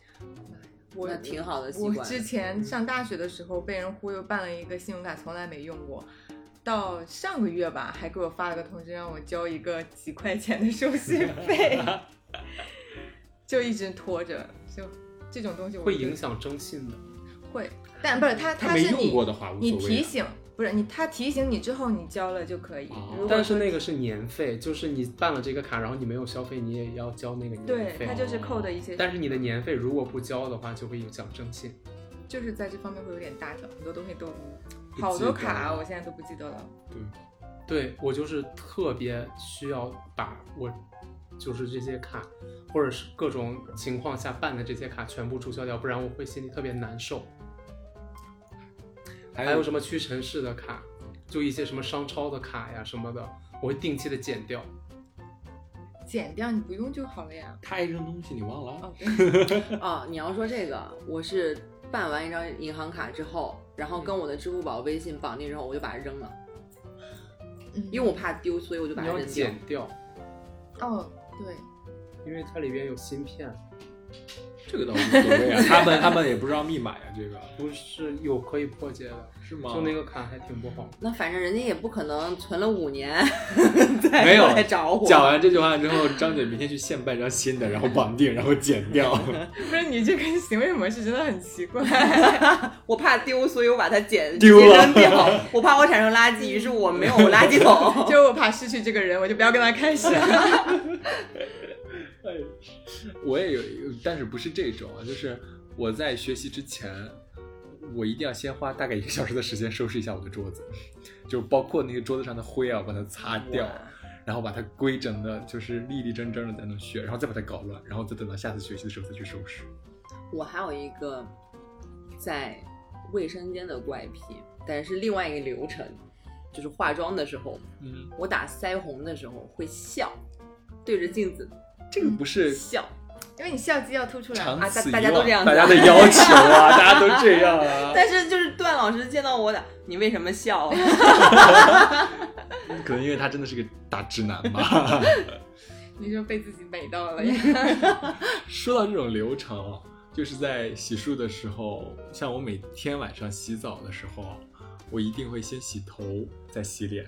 [SPEAKER 2] 我
[SPEAKER 3] 那挺好的习
[SPEAKER 2] 我
[SPEAKER 3] 惯。 [laughs]
[SPEAKER 2] 之前
[SPEAKER 1] 嗯
[SPEAKER 2] 上大学的时候被人忽悠办了一个信用卡，从来没用过。到上个月吧，还给我发了个通知，让我交一个几块钱的手续
[SPEAKER 1] [laughs]
[SPEAKER 2] 费，就一直拖着。就这种东西我
[SPEAKER 4] 会
[SPEAKER 2] 就
[SPEAKER 4] 影响征信的。
[SPEAKER 2] 会，但不是他，
[SPEAKER 1] 他没
[SPEAKER 2] 是
[SPEAKER 1] 用
[SPEAKER 2] 你
[SPEAKER 1] 过的话无
[SPEAKER 2] 你
[SPEAKER 1] 所谓啊。
[SPEAKER 2] 提醒不是你，他提醒你之后你交了就可以。
[SPEAKER 1] 哦
[SPEAKER 2] 如果
[SPEAKER 4] 但是那个是年费，就是你办了这个卡，然后你没有消费，你也要交那个
[SPEAKER 2] 对
[SPEAKER 4] 年
[SPEAKER 2] 他
[SPEAKER 4] 费。啊
[SPEAKER 2] 就是扣
[SPEAKER 1] 哦
[SPEAKER 2] 的一些，
[SPEAKER 4] 但是你的年费如果不交的话，就会影响征信。
[SPEAKER 2] 就是在这方面会有点大条，很多东西都
[SPEAKER 1] 不
[SPEAKER 2] 好
[SPEAKER 1] 记
[SPEAKER 2] 多
[SPEAKER 1] 得
[SPEAKER 2] 卡
[SPEAKER 1] 了
[SPEAKER 2] 我现在都不记得了。
[SPEAKER 4] 对我就是特别需要把我就是这些卡，或者是各种情况下办的这些卡全部注销掉，不然我会心里特别难受。
[SPEAKER 1] 还
[SPEAKER 4] 还有
[SPEAKER 1] 有
[SPEAKER 4] 什么屈臣氏的卡，就一些什么商超的卡呀什么的，我会定期的剪掉。
[SPEAKER 2] 减掉你不用就好了呀。
[SPEAKER 1] 他一扔东西，你忘了？
[SPEAKER 2] 哦，
[SPEAKER 1] [laughs]
[SPEAKER 3] 啊，你要说这个，我是办完一张银行卡之后，然
[SPEAKER 2] 嗯
[SPEAKER 3] 后跟我的支付宝、微信绑定之后，我就把它扔了，
[SPEAKER 1] 嗯
[SPEAKER 3] 因为我怕丢，所以我就把
[SPEAKER 4] 你
[SPEAKER 3] 它
[SPEAKER 4] 要
[SPEAKER 3] 扔掉
[SPEAKER 4] 剪。掉，
[SPEAKER 2] 哦，对，
[SPEAKER 4] 因为它里边有芯片，
[SPEAKER 1] 这个倒无所谓 [laughs] 啊，他们他们也不知道密码呀，这个
[SPEAKER 4] 不是有可以破解的。
[SPEAKER 1] 是吗？
[SPEAKER 4] 就那个卡还挺不好。
[SPEAKER 3] 那反正人家也不可能存了
[SPEAKER 1] [laughs]
[SPEAKER 3] 五年再
[SPEAKER 1] 没有
[SPEAKER 3] 过来找我。
[SPEAKER 1] 讲完这句话之后，张姐明天去现办张新的，然后绑定，然后剪掉。
[SPEAKER 2] [laughs] 不是你这个行为模式真的很奇怪。
[SPEAKER 3] 我怕丢，所以我把它捡
[SPEAKER 1] 丢了
[SPEAKER 3] 直接扔掉。 [laughs] 我怕我产生垃圾，于是我没有垃
[SPEAKER 1] [laughs]
[SPEAKER 3] 圾桶。
[SPEAKER 2] [laughs] 就我怕失去这个人，我就不要跟他开始。
[SPEAKER 1] 我也有一个，但是不是这种啊，就是我在学习之前，我一定要先花大概一个小时的时间收拾一下我的桌子， [laughs] 就包括那个桌子上的灰啊，把它擦掉，然后把它规整的，就是立立正正的在那学，然后再把它搞乱，然后再等到下次学习的时候再去收拾。
[SPEAKER 3] 我还有一个在卫生间的怪癖，但是另外一个流程，就是化妆的时候，
[SPEAKER 1] 嗯，
[SPEAKER 3] 我打腮红的时候会笑，对着镜子
[SPEAKER 1] 这个不是
[SPEAKER 3] 笑。
[SPEAKER 2] [laughs] 因为你笑肌要凸出来
[SPEAKER 1] 长
[SPEAKER 2] 啊，
[SPEAKER 1] 此以往、
[SPEAKER 3] 嗯大家都这样子
[SPEAKER 1] 大家的要求啊，大家都这样啊。
[SPEAKER 3] [laughs] 但是就是段老师见到我打，你为什
[SPEAKER 1] [laughs]
[SPEAKER 3] 么笑？
[SPEAKER 1] 可能因为他真的是个大直男吧。
[SPEAKER 2] 你就被自己美到 [laughs] 了呀。
[SPEAKER 1] 说到这种流程，就是在洗漱的时候，像我每天晚上洗澡的时候，我一定会先洗头，再洗脸。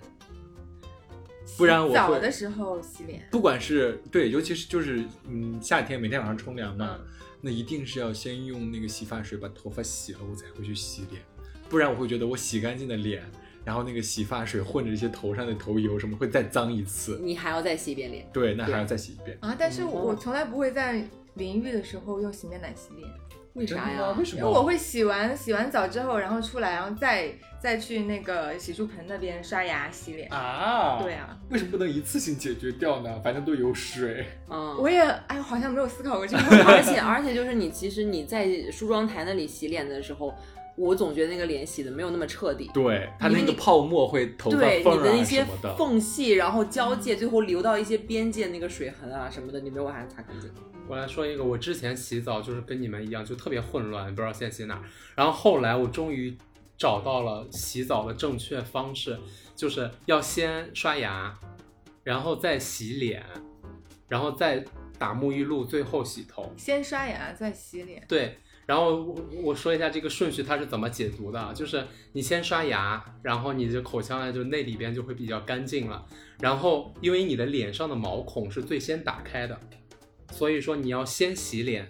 [SPEAKER 1] 不然我会
[SPEAKER 2] 早的时候洗脸，
[SPEAKER 1] 不管是对，尤其是就是嗯，夏天每天晚上冲凉嘛，
[SPEAKER 2] 嗯
[SPEAKER 1] 那一定是要先用那个洗发水把头发洗了，我才会去洗脸，不然我会觉得我洗干净的脸，然后那个洗发水混着一些头上的头油什么会再脏一次。
[SPEAKER 3] 你还要再洗一遍脸。
[SPEAKER 1] 对，那还要再洗一
[SPEAKER 2] [laughs]
[SPEAKER 1] 遍。
[SPEAKER 2] 啊，但是我
[SPEAKER 3] 嗯
[SPEAKER 2] 我从来不会在淋浴的时候用洗面奶洗脸，
[SPEAKER 3] 为
[SPEAKER 1] 真的
[SPEAKER 3] 啥
[SPEAKER 1] 吗？
[SPEAKER 3] 呀？
[SPEAKER 1] 为什
[SPEAKER 2] 因为
[SPEAKER 1] 么？
[SPEAKER 2] [laughs] 我会洗完洗完澡之后，然后出来，然后再再去那个洗漱盆那边刷牙洗脸。
[SPEAKER 1] 啊
[SPEAKER 2] 对啊，
[SPEAKER 1] 为什么不能一次性解决掉呢？反正都有水。
[SPEAKER 3] 嗯，
[SPEAKER 2] 我也哎，好像没有思考过这个问题。
[SPEAKER 1] [laughs]
[SPEAKER 3] 而且而且就是你，其实你在梳妆台那里洗脸的时候，我总觉得那个脸洗的没有那么彻底。
[SPEAKER 1] 对，它那
[SPEAKER 3] 因为
[SPEAKER 1] 个
[SPEAKER 3] 你
[SPEAKER 1] 泡沫会头发
[SPEAKER 3] 对
[SPEAKER 1] 缝
[SPEAKER 3] 你
[SPEAKER 1] 儿
[SPEAKER 3] 的
[SPEAKER 1] 啊
[SPEAKER 3] 一些
[SPEAKER 1] 什么的。
[SPEAKER 3] 缝隙，然后交界，最后留到一些边界那个水痕啊什么的，你没有把它擦干净。
[SPEAKER 4] 我来说一个，我之前洗澡就是跟你们一样，就特别混乱，不知道先洗哪儿。然后后来我终于找到了洗澡的正确方式，就是要先刷牙，然后再洗脸，然后再打沐浴露，最后洗头。
[SPEAKER 2] 先刷牙再洗脸，
[SPEAKER 4] 对，然后我我说一下这个顺序它是怎么解读的啊，就是你先刷牙，然后你的口腔啊就那里边就会比较干净了，然后因为你的脸上的毛孔是最先打开的，所以说你要先洗脸，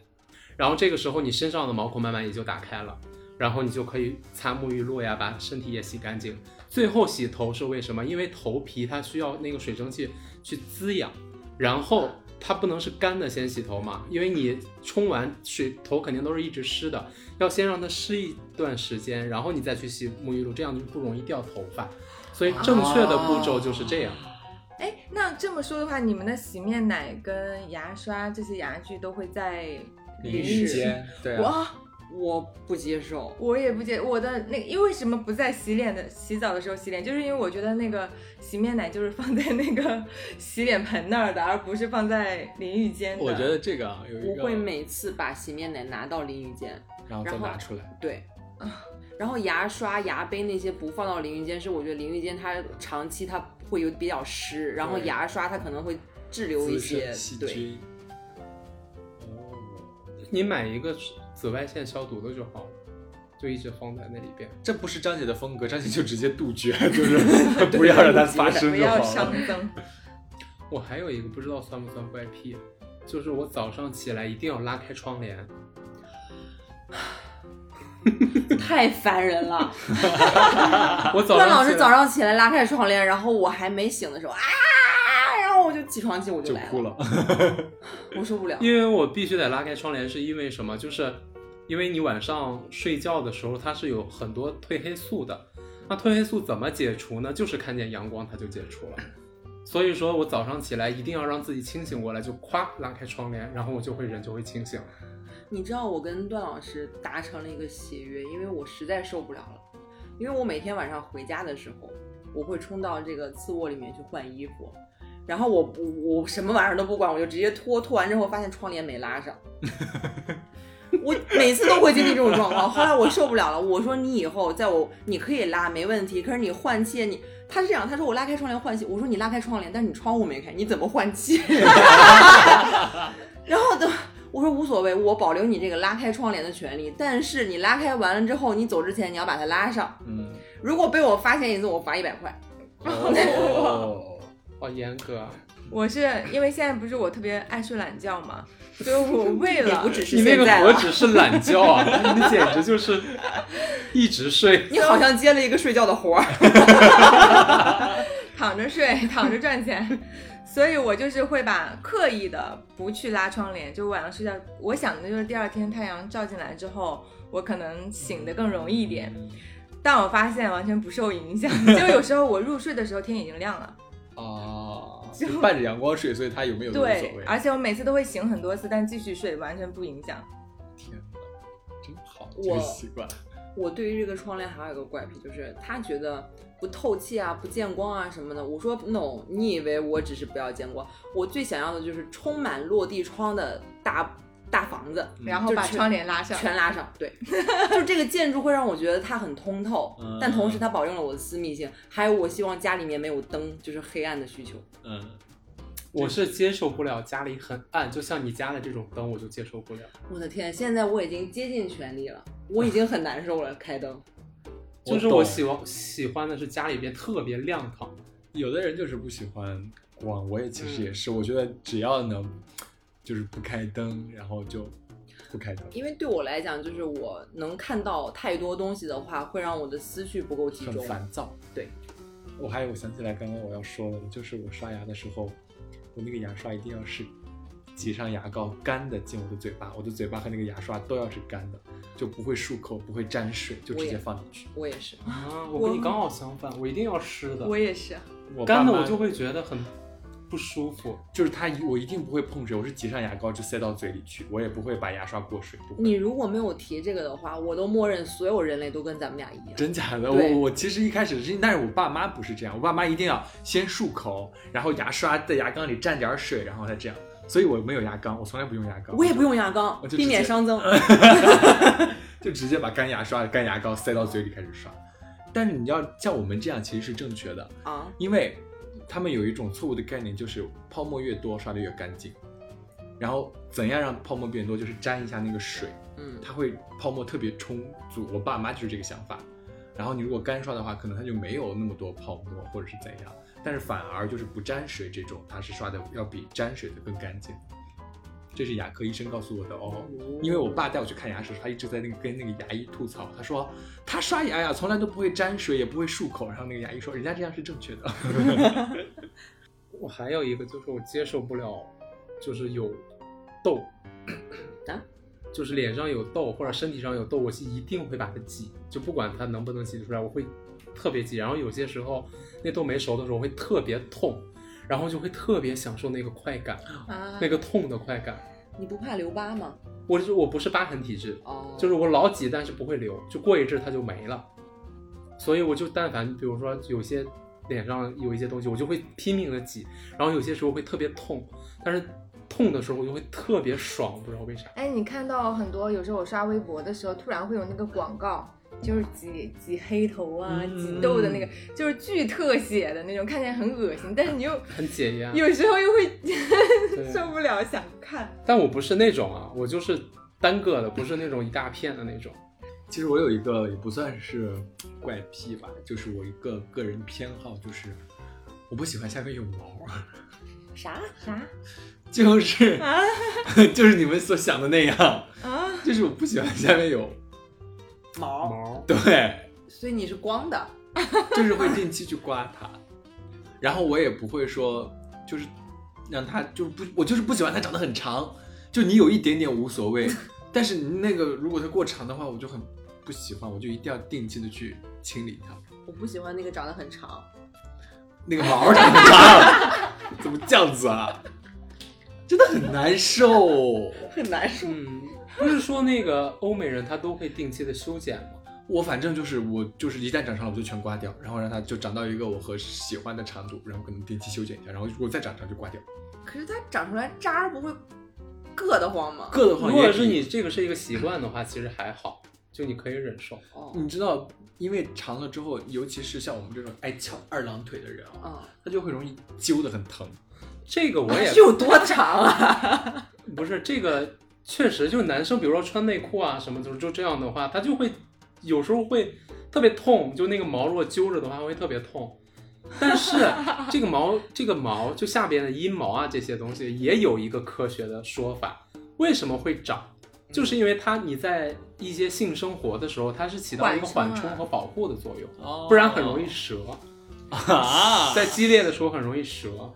[SPEAKER 4] 然后这个时候你身上的毛孔慢慢也就打开了。然后你就可以擦沐浴露呀，把身体也洗干净。最后洗头是为什么？因为头皮它需要那个水蒸气去滋养，然后它不能是干的先洗头嘛，因为你冲完水头肯定都是一直湿的，要先让它湿一段时间，然后你再去洗沐浴露，这样就不容易掉头发。所以正确的步骤就是这样。
[SPEAKER 2] 哎，那这么说的话，你们的洗面奶跟牙刷这些牙具都会在
[SPEAKER 1] 淋浴间，对啊，
[SPEAKER 2] 哇，
[SPEAKER 3] 我不接受。
[SPEAKER 2] 我也不解我的那因为什么不在洗脸的洗澡的时候洗脸，就是因为我觉得那个洗面奶就是放在那个 [laughs] 洗脸盆那儿的，而不是放在淋浴间的。
[SPEAKER 1] 我觉得这个啊有一
[SPEAKER 3] 我
[SPEAKER 1] 个，
[SPEAKER 3] 会每次把洗面奶拿到淋浴间，
[SPEAKER 1] 然后再
[SPEAKER 3] 然后
[SPEAKER 1] 拿出来，
[SPEAKER 3] 对，啊然后牙刷、牙杯那些不放到淋浴间，是我觉得淋浴间它长期它会有比较湿，然后
[SPEAKER 1] 对
[SPEAKER 3] 牙刷它可能会滞留
[SPEAKER 1] 滋
[SPEAKER 3] 一些
[SPEAKER 1] 生细，
[SPEAKER 3] 对，
[SPEAKER 1] 菌。
[SPEAKER 4] 你买一个紫外线消毒的就好了，就一直放在那里边。
[SPEAKER 1] 这不是张姐的风格，张姐就直接杜绝， [laughs] 就是不要让它发
[SPEAKER 2] 不
[SPEAKER 1] 生就
[SPEAKER 2] 要
[SPEAKER 1] 好
[SPEAKER 2] 伤
[SPEAKER 1] [laughs] 了。
[SPEAKER 2] 灯。
[SPEAKER 4] 我还有一个不知道算不算怪癖，就是我早上起来一定要拉开窗帘，
[SPEAKER 3] [laughs] 太烦人
[SPEAKER 1] [laughs]
[SPEAKER 3] 了。
[SPEAKER 4] 我早
[SPEAKER 3] 段
[SPEAKER 4] 上
[SPEAKER 3] 老师
[SPEAKER 4] 起来
[SPEAKER 3] 早上起来拉开窗帘，然后我还没醒的时候啊，然后我就起床气我
[SPEAKER 1] 就
[SPEAKER 3] 来
[SPEAKER 1] 哭
[SPEAKER 3] 了，
[SPEAKER 1] 了，
[SPEAKER 3] 我
[SPEAKER 1] [laughs]
[SPEAKER 3] 受不了。
[SPEAKER 4] 因为我必须得拉开窗帘，是因为什么？就是因为你晚上睡觉的时候，它是有很多褪黑素的。那褪黑素怎么解除呢？就是看见阳光它就解除了。所以说我早上起来一定要让自己清醒过来，就咵拉开窗帘，然后我就会人就会清醒。
[SPEAKER 3] 你知道我跟段老师达成了一个协约，因为我实在受不了了，因为我每天晚上回家的时候，我会冲到这个次卧里面去换衣服，然后我不我什么玩意儿都不管，我就直接脱，脱完之后发现窗帘没拉上。我每次都会经历这种状况，后来我受不了了，我说你以后在我你可以拉没问题，可是你换气你他是这样，他说我拉开窗帘换气，我说你拉开窗帘，但是你窗户没开，你怎么换气？ [laughs] 然后等我说无所谓，我保留你这个拉开窗帘的权利，但是你拉开完了之后，你走之前你要把它拉上。
[SPEAKER 1] 嗯，
[SPEAKER 3] [laughs] 如果被我发现一次，我罚一百块。
[SPEAKER 1] 哦，
[SPEAKER 4] 好严格啊！
[SPEAKER 2] 我是因为现在不是我特别爱睡懒觉嘛，所以我为
[SPEAKER 3] [laughs] 也
[SPEAKER 2] 了啊
[SPEAKER 3] 不只是
[SPEAKER 4] 你那
[SPEAKER 3] 现
[SPEAKER 4] 个
[SPEAKER 3] 在啊
[SPEAKER 4] 何
[SPEAKER 3] 了，
[SPEAKER 4] 止是懒觉啊，你简直就是一直睡。
[SPEAKER 3] 你好像接了一个睡觉的活儿。 [laughs]
[SPEAKER 2] 躺着睡，躺着赚钱。 [laughs] 所以我就是会把刻意的不去拉窗帘，就晚上睡觉，我想的就是第二天太阳照进来之后，我可能醒得更容易一
[SPEAKER 1] 嗯
[SPEAKER 2] 点。但我发现完全不受影响，就有时候我入睡的时候天已经亮了，
[SPEAKER 3] [laughs]
[SPEAKER 1] 哦，
[SPEAKER 2] 就
[SPEAKER 1] 伴着阳光睡，所以它有没有都无所
[SPEAKER 2] 对
[SPEAKER 1] 谓，。
[SPEAKER 2] 而且我每次都会醒很多次，但继续睡完全不影响。
[SPEAKER 1] 天哪，真好，
[SPEAKER 3] 我
[SPEAKER 1] 这个习惯。
[SPEAKER 3] 我对于这个窗帘还有一个怪癖，就是他觉得不透气啊、不见光啊什么的。我说 no，你以为我只是不要见光？我最想要的就是充满落地窗的大大房子，
[SPEAKER 1] 嗯
[SPEAKER 2] 然后
[SPEAKER 3] 就
[SPEAKER 2] 把
[SPEAKER 3] 全
[SPEAKER 2] 窗帘拉上，
[SPEAKER 3] 全拉上，对， [laughs] 就这个建筑会让我觉得它很通透
[SPEAKER 1] 嗯，
[SPEAKER 3] 但同时它保证了我的私密性，还有我希望家里面没有灯，就是黑暗的需求。
[SPEAKER 1] 嗯，
[SPEAKER 4] 我是接受不了家里很暗，就像你家的这种灯，我就接受不了。
[SPEAKER 3] 我的天，现在我已经竭尽全力了，我已经很难受了，开灯。
[SPEAKER 4] 就是
[SPEAKER 1] 我
[SPEAKER 4] 我
[SPEAKER 1] 懂
[SPEAKER 4] 喜欢喜欢的是家里边特别亮堂，
[SPEAKER 1] 有的人就是不喜欢光，我也其实
[SPEAKER 3] 嗯
[SPEAKER 1] 也是，我觉得只要能就是不开灯，然后就不开灯，
[SPEAKER 3] [laughs] 因为对我来讲，就是我能看到太多东西的话，会让我的思绪不够集
[SPEAKER 1] 很
[SPEAKER 3] 中。
[SPEAKER 1] 烦躁。
[SPEAKER 3] 对，
[SPEAKER 1] 我还有我想起来刚刚我要说的，就是我刷牙的时候，我那个牙刷一定要是挤上牙膏干的进我的嘴巴，我的嘴巴和那个牙刷都要是干的，就不会漱口，不会沾水，就直
[SPEAKER 3] 我
[SPEAKER 1] 接
[SPEAKER 3] 也
[SPEAKER 1] 放进去。
[SPEAKER 3] 我也是，
[SPEAKER 4] 啊，我
[SPEAKER 2] 我
[SPEAKER 4] 跟你刚好相反，我一定要湿的，
[SPEAKER 2] 我也是，
[SPEAKER 1] 我
[SPEAKER 4] 干的
[SPEAKER 1] 爸妈
[SPEAKER 4] 我就会觉得很不舒服。
[SPEAKER 1] 就是它一，我一定不会碰水，我是挤上牙膏就塞到嘴里去，我也不会把牙刷过水。不会
[SPEAKER 3] 你如果没有提这个的话，我都默认所有人类都跟咱们俩一样。
[SPEAKER 1] 真假的？
[SPEAKER 3] 对
[SPEAKER 1] 我我其实一开始是，但是我爸妈不是这样，我爸妈一定要先漱口，然后牙刷在牙缸里蘸点水，然后再这样。所以我没有牙膏，我从来不用牙膏，
[SPEAKER 3] 我也不用 [laughs] 牙膏
[SPEAKER 1] 我，就直接
[SPEAKER 3] 避免伤增。
[SPEAKER 1] [laughs] 就直接把干牙刷、干牙膏塞到嘴里开始刷。但是你要像我们这样，其实是正确的，
[SPEAKER 3] 啊，
[SPEAKER 1] 因为他们有一种错误的概念，就是泡沫越多刷的越干净。然后怎样让泡沫变多，就是沾一下那个水，
[SPEAKER 3] 嗯，
[SPEAKER 1] 它会泡沫特别充足。我爸妈就是这个想法。然后你如果干刷的话，可能它就没有那么多泡沫或者是怎样，但是反而就是不沾水这种，它是刷的要比沾水的更干净。这是牙科医生告诉我的哦，因为我爸带我去看牙的时候，他一直在那个跟那个牙医吐槽，他说他刷牙呀从来都不会沾水，也不会漱口。然后那个牙医说，人家这样是正确的。
[SPEAKER 2] [laughs]
[SPEAKER 4] 我还有一个就是我接受不了，就是有痘
[SPEAKER 3] 啊，
[SPEAKER 4] 就是脸上有痘或者身体上有痘，我是一定会把它挤，就不管它能不能挤出来，我会特别挤。然后有些时候那痘没熟的时候会特别痛，
[SPEAKER 3] 嗯
[SPEAKER 4] 然后就会特别享受那个快感，
[SPEAKER 2] 啊
[SPEAKER 4] 那个痛的快感。
[SPEAKER 3] 你不怕留疤吗？
[SPEAKER 4] 我是我不是疤痕体质，
[SPEAKER 3] 哦，
[SPEAKER 4] 就是我老挤，但是不会流，就过一阵它就没了。所以我就但凡比如说有些脸上有一些东西，我就会拼命的挤，然后有些时候会特别痛，但是痛的时候我就会特别爽，不知道为啥。
[SPEAKER 2] 哎，你看到很多，有时候我刷微博的时候，突然会有那个广告，就是挤挤黑头啊、
[SPEAKER 4] 嗯
[SPEAKER 2] 挤痘的那个，就是巨特写的那种，看起来很恶心，但是你
[SPEAKER 1] [laughs]
[SPEAKER 2] 又
[SPEAKER 4] 很解压，
[SPEAKER 2] 有时候又会 [laughs]
[SPEAKER 4] 对
[SPEAKER 2] 受不了想看。
[SPEAKER 4] 但我不是那种啊，我就是单个的，不是那种一大片的那种。
[SPEAKER 1] 其实我有一个也不算是怪癖吧，就是我一个个人偏好，就是我不喜欢下面有毛，
[SPEAKER 3] 啥？
[SPEAKER 2] 啥
[SPEAKER 1] 就是
[SPEAKER 2] [laughs] 啊
[SPEAKER 1] 就是你们所想的那样，
[SPEAKER 2] 啊？
[SPEAKER 1] 就是我不喜欢下面有
[SPEAKER 3] 毛，
[SPEAKER 4] 毛，
[SPEAKER 1] 对，
[SPEAKER 3] 所以你是光的，
[SPEAKER 1] 就是会定期去刮它，然后我也不会说就是让它就是不我就是不喜欢它长得很长，就你有一点点无所谓，但是你那个如果它过长的话，我就很不喜欢，我就一定要定期的去清理它。
[SPEAKER 3] 我不喜欢那个长得很长。
[SPEAKER 1] 那个毛儿长很长，怎么这样子啊？真的很难受。
[SPEAKER 3] 很难受。
[SPEAKER 4] 嗯，不是说那个欧美人他都会定期的修剪吗？
[SPEAKER 1] 我反正就是我就是一旦长长了我就全刮掉，然后让它就长到一个我和喜欢的长度，然后可能定期修剪一下，然后如果再长长就刮掉。
[SPEAKER 3] 可是它长出来渣儿不会硌得慌吗？
[SPEAKER 1] 硌得
[SPEAKER 4] 如
[SPEAKER 1] 慌
[SPEAKER 4] 果
[SPEAKER 1] 也
[SPEAKER 4] 是
[SPEAKER 1] 是
[SPEAKER 4] 你这个是一个习惯的话，其实还好，就你可以忍受。
[SPEAKER 3] 哦，
[SPEAKER 1] 你知道，因为长了之后，尤其是像我们这种爱翘二郎腿的人啊，
[SPEAKER 3] 啊，
[SPEAKER 1] 他就会容易揪得很疼。
[SPEAKER 4] 这嗯个我
[SPEAKER 3] [laughs]
[SPEAKER 4] 也
[SPEAKER 3] 有多长啊？
[SPEAKER 4] 不是这个，确实就男生，比如说穿内裤啊什么，就是就这样的话，他就会有时候会特别痛，就那个毛如果揪着的话会特别痛。但 [laughs] 是这个毛，这个毛就下边的阴毛啊这些东西也有一个科学的说法，为什么会长？就是因为它你在一些性生活的时候，它是起到一个
[SPEAKER 2] 缓
[SPEAKER 4] 缓
[SPEAKER 2] 冲啊
[SPEAKER 4] 冲和保护的作用，
[SPEAKER 1] 哦
[SPEAKER 4] 不然很容易折。
[SPEAKER 1] 啊
[SPEAKER 4] 在激烈的时候很容易折。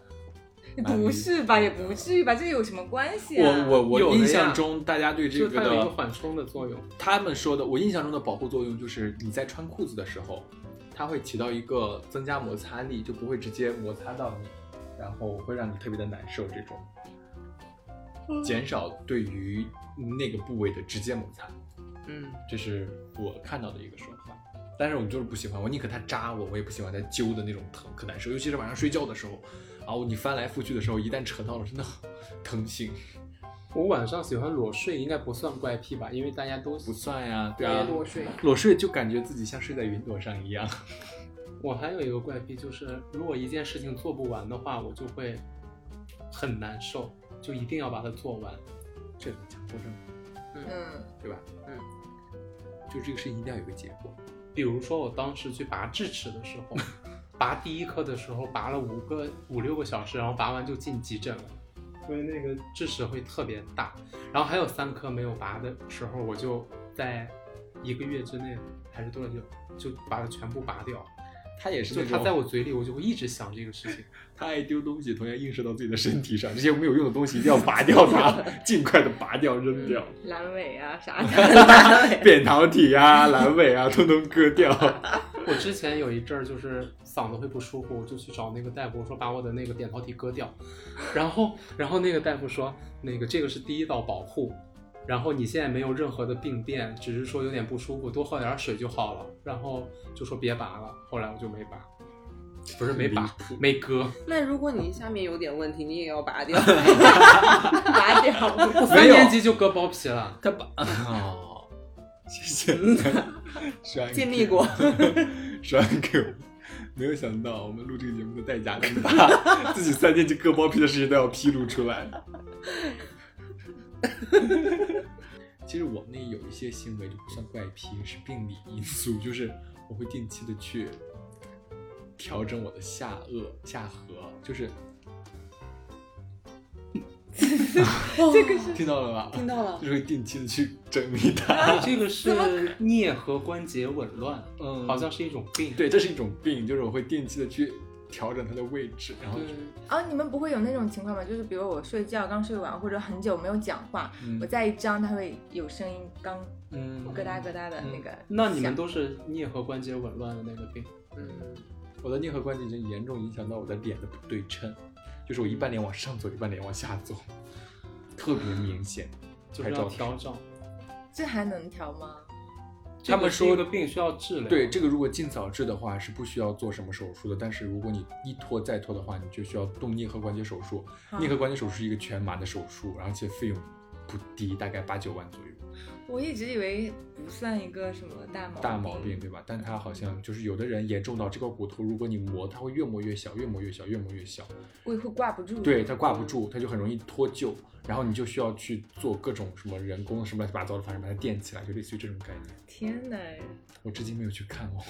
[SPEAKER 2] 不是吧？也不至于吧？这有什么关系啊？
[SPEAKER 1] 我我
[SPEAKER 4] 有
[SPEAKER 1] 我
[SPEAKER 4] 的呀
[SPEAKER 1] 印象中，大家对这
[SPEAKER 4] 就
[SPEAKER 1] 个
[SPEAKER 4] 它有一个
[SPEAKER 1] 的
[SPEAKER 4] 缓冲的作用，
[SPEAKER 1] 他们说的，我印象中的保护作用就是你在穿裤子的时候，它会起到一个增加摩擦力，就不会直接摩擦到你，然后会让你特别的难受，这种减少对于那个部位的直接摩擦，
[SPEAKER 4] 嗯，
[SPEAKER 1] 这是我看到的一个说法。但是我就是不喜欢，我宁可它扎我，我也不喜欢它揪的那种疼，可难受。尤其是晚上睡觉的时候，然后你翻来覆去的时候，一旦扯到了，真的疼心。
[SPEAKER 4] 我晚上喜欢裸睡，应该不算怪癖吧？因为大家都
[SPEAKER 1] 不算呀，对啊，
[SPEAKER 2] 裸睡。
[SPEAKER 1] 裸睡就感觉自己像睡在云朵上一样。
[SPEAKER 4] 我还有一个怪癖，就是如果一件事情做不完的话，我就会很难受，就一定要把它做完。
[SPEAKER 1] 这个强迫症，
[SPEAKER 2] 嗯，
[SPEAKER 1] 对吧？
[SPEAKER 3] 嗯，
[SPEAKER 1] 就这个事情一定要有个结果。
[SPEAKER 4] 比如说，我当时去拔智齿的时候， [laughs] 拔第一颗的时候拔了五个五六个小时，然后拔完就进急诊了，因为那个智齿会特别大。然后还有三颗没有拔的时候，我就在一个月之内还是多久就把它全部拔掉。
[SPEAKER 1] 他也是
[SPEAKER 4] 就
[SPEAKER 1] 那
[SPEAKER 4] 它
[SPEAKER 1] 种，
[SPEAKER 4] 在我嘴里，我就会一直想这个事情。
[SPEAKER 1] 他爱丢东西，同样映射到自己的身体上，这些没有用的东西一定要拔掉它， [laughs] 尽快的拔掉
[SPEAKER 3] 嗯
[SPEAKER 1] 扔掉，
[SPEAKER 2] 阑尾啊啥的，
[SPEAKER 3] [laughs]
[SPEAKER 1] [laughs] 扁桃体啊、阑尾啊，通通割掉。
[SPEAKER 4] 我之前有一阵儿就是嗓子会不舒服，我就去找那个大夫，我说把我的那个扁桃体割掉，然后然后那个大夫说那个这个是第一道保护，然后你现在没有任何的病变，只是说有点不舒服，多喝点水就好了，然后就说别拔了，后来我就没拔，不是没拔，没割，
[SPEAKER 3] 那如果你下面有点问题，你也要拔 [laughs] 掉。
[SPEAKER 2] 拔掉。
[SPEAKER 3] 哎
[SPEAKER 4] 我三年级就割包皮了。
[SPEAKER 1] 他把哦，谢谢，栓
[SPEAKER 3] 尽力
[SPEAKER 1] [laughs]
[SPEAKER 3] 过，
[SPEAKER 1] 栓 Q。没有想到，我们录这个节目的代价那么大，自己三年级割包皮的事情都要披露出来。其实我那有一些行为就不算怪癖，是病理因素，就是我会定期的去调整我的下颚、下颌，就是
[SPEAKER 3] 这个
[SPEAKER 1] 听到了吧？
[SPEAKER 3] 听到了，
[SPEAKER 1] 就是会定期的去整理它。
[SPEAKER 4] 这个是颞颌关节紊乱，
[SPEAKER 1] [laughs] 嗯
[SPEAKER 4] 好像是一种病。
[SPEAKER 1] 对，这是一种病，就是我会定期的去调整它的位置，然后
[SPEAKER 4] 对，
[SPEAKER 3] 嗯
[SPEAKER 2] 哦，你们不会有那种情况吗？就是比如我睡觉刚睡完，或者很久没有讲话，
[SPEAKER 1] 嗯
[SPEAKER 2] 我再一张，它会有声音，刚
[SPEAKER 1] 嗯
[SPEAKER 2] 咯哒咯哒的那个。
[SPEAKER 4] 那你们都是颞颌关节紊乱的那个病。
[SPEAKER 1] 嗯，我的颞颌关节已经严重影响到我的脸的不对称，就是我一半脸往上走，一半脸往下走，特别明显。
[SPEAKER 4] 就是要调整。
[SPEAKER 2] 这还能调吗？
[SPEAKER 1] 他们说
[SPEAKER 4] 的病需要治疗，
[SPEAKER 1] 对，这个如果尽早治的话是不需要做什么手术的，但是如果你一拖再拖的话，你就需要动颞颌关节手术。
[SPEAKER 2] 啊
[SPEAKER 1] 颞颌关节手术是一个全麻的手术，而且费用不低，大概八九万左右。
[SPEAKER 2] 我一直以为不算一个什么大毛病
[SPEAKER 1] 大毛病，
[SPEAKER 2] 嗯
[SPEAKER 1] 对吧？但它好像就是有的人严重到这个骨头，如果你磨，它会越磨越小，越磨越小，越磨越小，
[SPEAKER 2] 会会挂不住。
[SPEAKER 1] 对，它挂不住，它就很容易脱臼，然后你就需要去做各种什么人工什么乱七八糟的，反正把它垫起来，就类似于这种概念。
[SPEAKER 2] 天哪！
[SPEAKER 1] 我至今没有去看哦。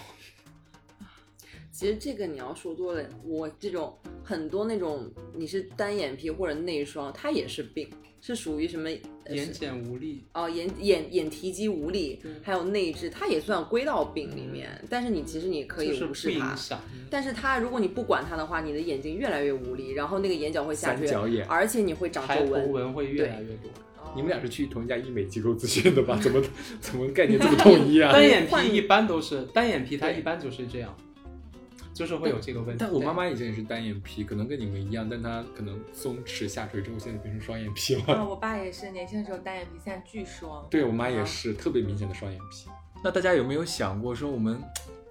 [SPEAKER 3] 其实这个你要说多了，我这种很多那种你是单眼皮或者内双，它也是病，是属于什么呃
[SPEAKER 4] 眼
[SPEAKER 3] 是
[SPEAKER 4] 睑无力。
[SPEAKER 3] 哦，眼眼眼提肌无力
[SPEAKER 4] 对，
[SPEAKER 3] 还有内痔，它也算归到病里面。但是你其实你可以
[SPEAKER 4] 嗯就是
[SPEAKER 3] 无视
[SPEAKER 4] 不
[SPEAKER 3] 它
[SPEAKER 4] 影，响，嗯
[SPEAKER 3] 但是它如果你不管它的话，你的眼睛越来越无力，然后那个眼角会下啊
[SPEAKER 1] 三
[SPEAKER 3] 垂，
[SPEAKER 1] 角眼，
[SPEAKER 3] 而且你会长
[SPEAKER 4] 抬
[SPEAKER 3] 皱
[SPEAKER 4] 头
[SPEAKER 3] 纹。
[SPEAKER 4] 纹会越来越多。
[SPEAKER 2] 哦
[SPEAKER 1] 你们俩是去同一家医美机构咨询的吧？怎么怎么概念这么统一啊？
[SPEAKER 4] 单眼
[SPEAKER 3] 换
[SPEAKER 4] 皮一般都是单眼皮，它
[SPEAKER 3] 对
[SPEAKER 4] 一般就是这样，就是会有这个问题
[SPEAKER 1] 但。我妈妈以前也是单眼皮，可能跟你们一样，但她可能松弛下垂之后，现在变成双眼皮了。
[SPEAKER 2] 啊，我爸也是年轻的时候单眼皮，现在巨双。
[SPEAKER 1] 对我妈也是、特别明显的双眼皮。那大家有没有想过，说我们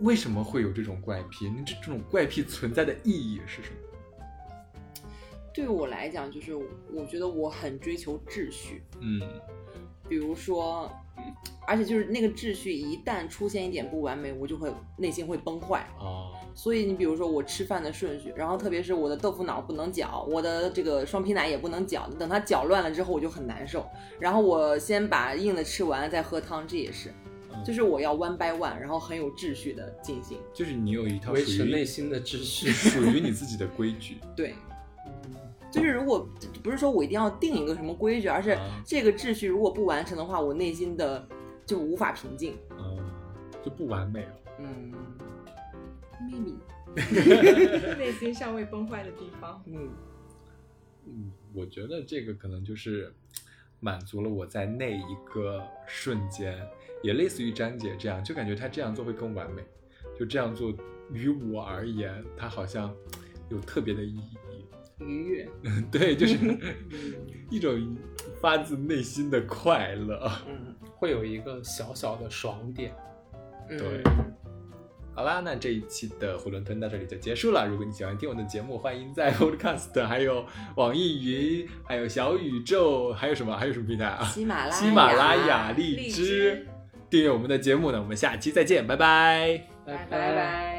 [SPEAKER 1] 为什么会有这种怪癖？那这这种怪癖存在的意义是什么？
[SPEAKER 3] 对我来讲，就是我觉得我很追求秩序，
[SPEAKER 1] 嗯，
[SPEAKER 3] 比如说，
[SPEAKER 4] 嗯
[SPEAKER 3] 而且就是那个秩序一旦出现一点不完美，我就会内心会崩坏。
[SPEAKER 1] 哦，
[SPEAKER 3] 所以你比如说我吃饭的顺序，然后特别是我的豆腐脑不能搅，我的这个双皮奶也不能搅，等它搅乱了之后我就很难受。然后我先把硬的吃完再喝汤，这也是，
[SPEAKER 1] 嗯
[SPEAKER 3] 就是我要 one by one，然后很有秩序的进行。
[SPEAKER 1] 就是你有一套
[SPEAKER 4] 维持
[SPEAKER 1] 属于
[SPEAKER 4] 内心的秩
[SPEAKER 3] [laughs]
[SPEAKER 4] 序，
[SPEAKER 1] 属于你自己的规矩。
[SPEAKER 3] 对，
[SPEAKER 1] 嗯
[SPEAKER 3] 就是如果不是说我一定要定一个什么规矩，而是
[SPEAKER 1] 啊
[SPEAKER 3] 这个秩序如果不完成的话，我内心的就无法平静。
[SPEAKER 1] 嗯，就不完美了。
[SPEAKER 3] 嗯，maybe，
[SPEAKER 2] 内心尚未崩坏的地方。
[SPEAKER 3] 嗯，
[SPEAKER 1] 嗯，我觉得这个可能就是满足了我在那一个瞬间，也类似于詹姐这样，就感觉她这样做会更完美。就这样做，于我而言，它好像有特别的意义。
[SPEAKER 3] 愉悦。
[SPEAKER 1] [laughs]
[SPEAKER 3] 嗯
[SPEAKER 1] 对，就是一种发自内心的快乐。啊
[SPEAKER 3] 嗯，
[SPEAKER 4] 会有一个小小的爽点。
[SPEAKER 3] 嗯
[SPEAKER 1] 对 [laughs] 好啦，那这一期的囫囵吞到这里就结束了。如果你喜欢听我的节目，欢迎在 Podcast、还有网易云、还有小宇宙、还有什么、还有什么平台啊？
[SPEAKER 3] 喜马拉雅
[SPEAKER 1] 喜马拉雅、荔
[SPEAKER 2] 荔
[SPEAKER 1] 枝
[SPEAKER 2] 枝
[SPEAKER 1] 订阅我们的节目呢。我们下期再见，拜拜。
[SPEAKER 2] 拜
[SPEAKER 4] 拜
[SPEAKER 2] 拜。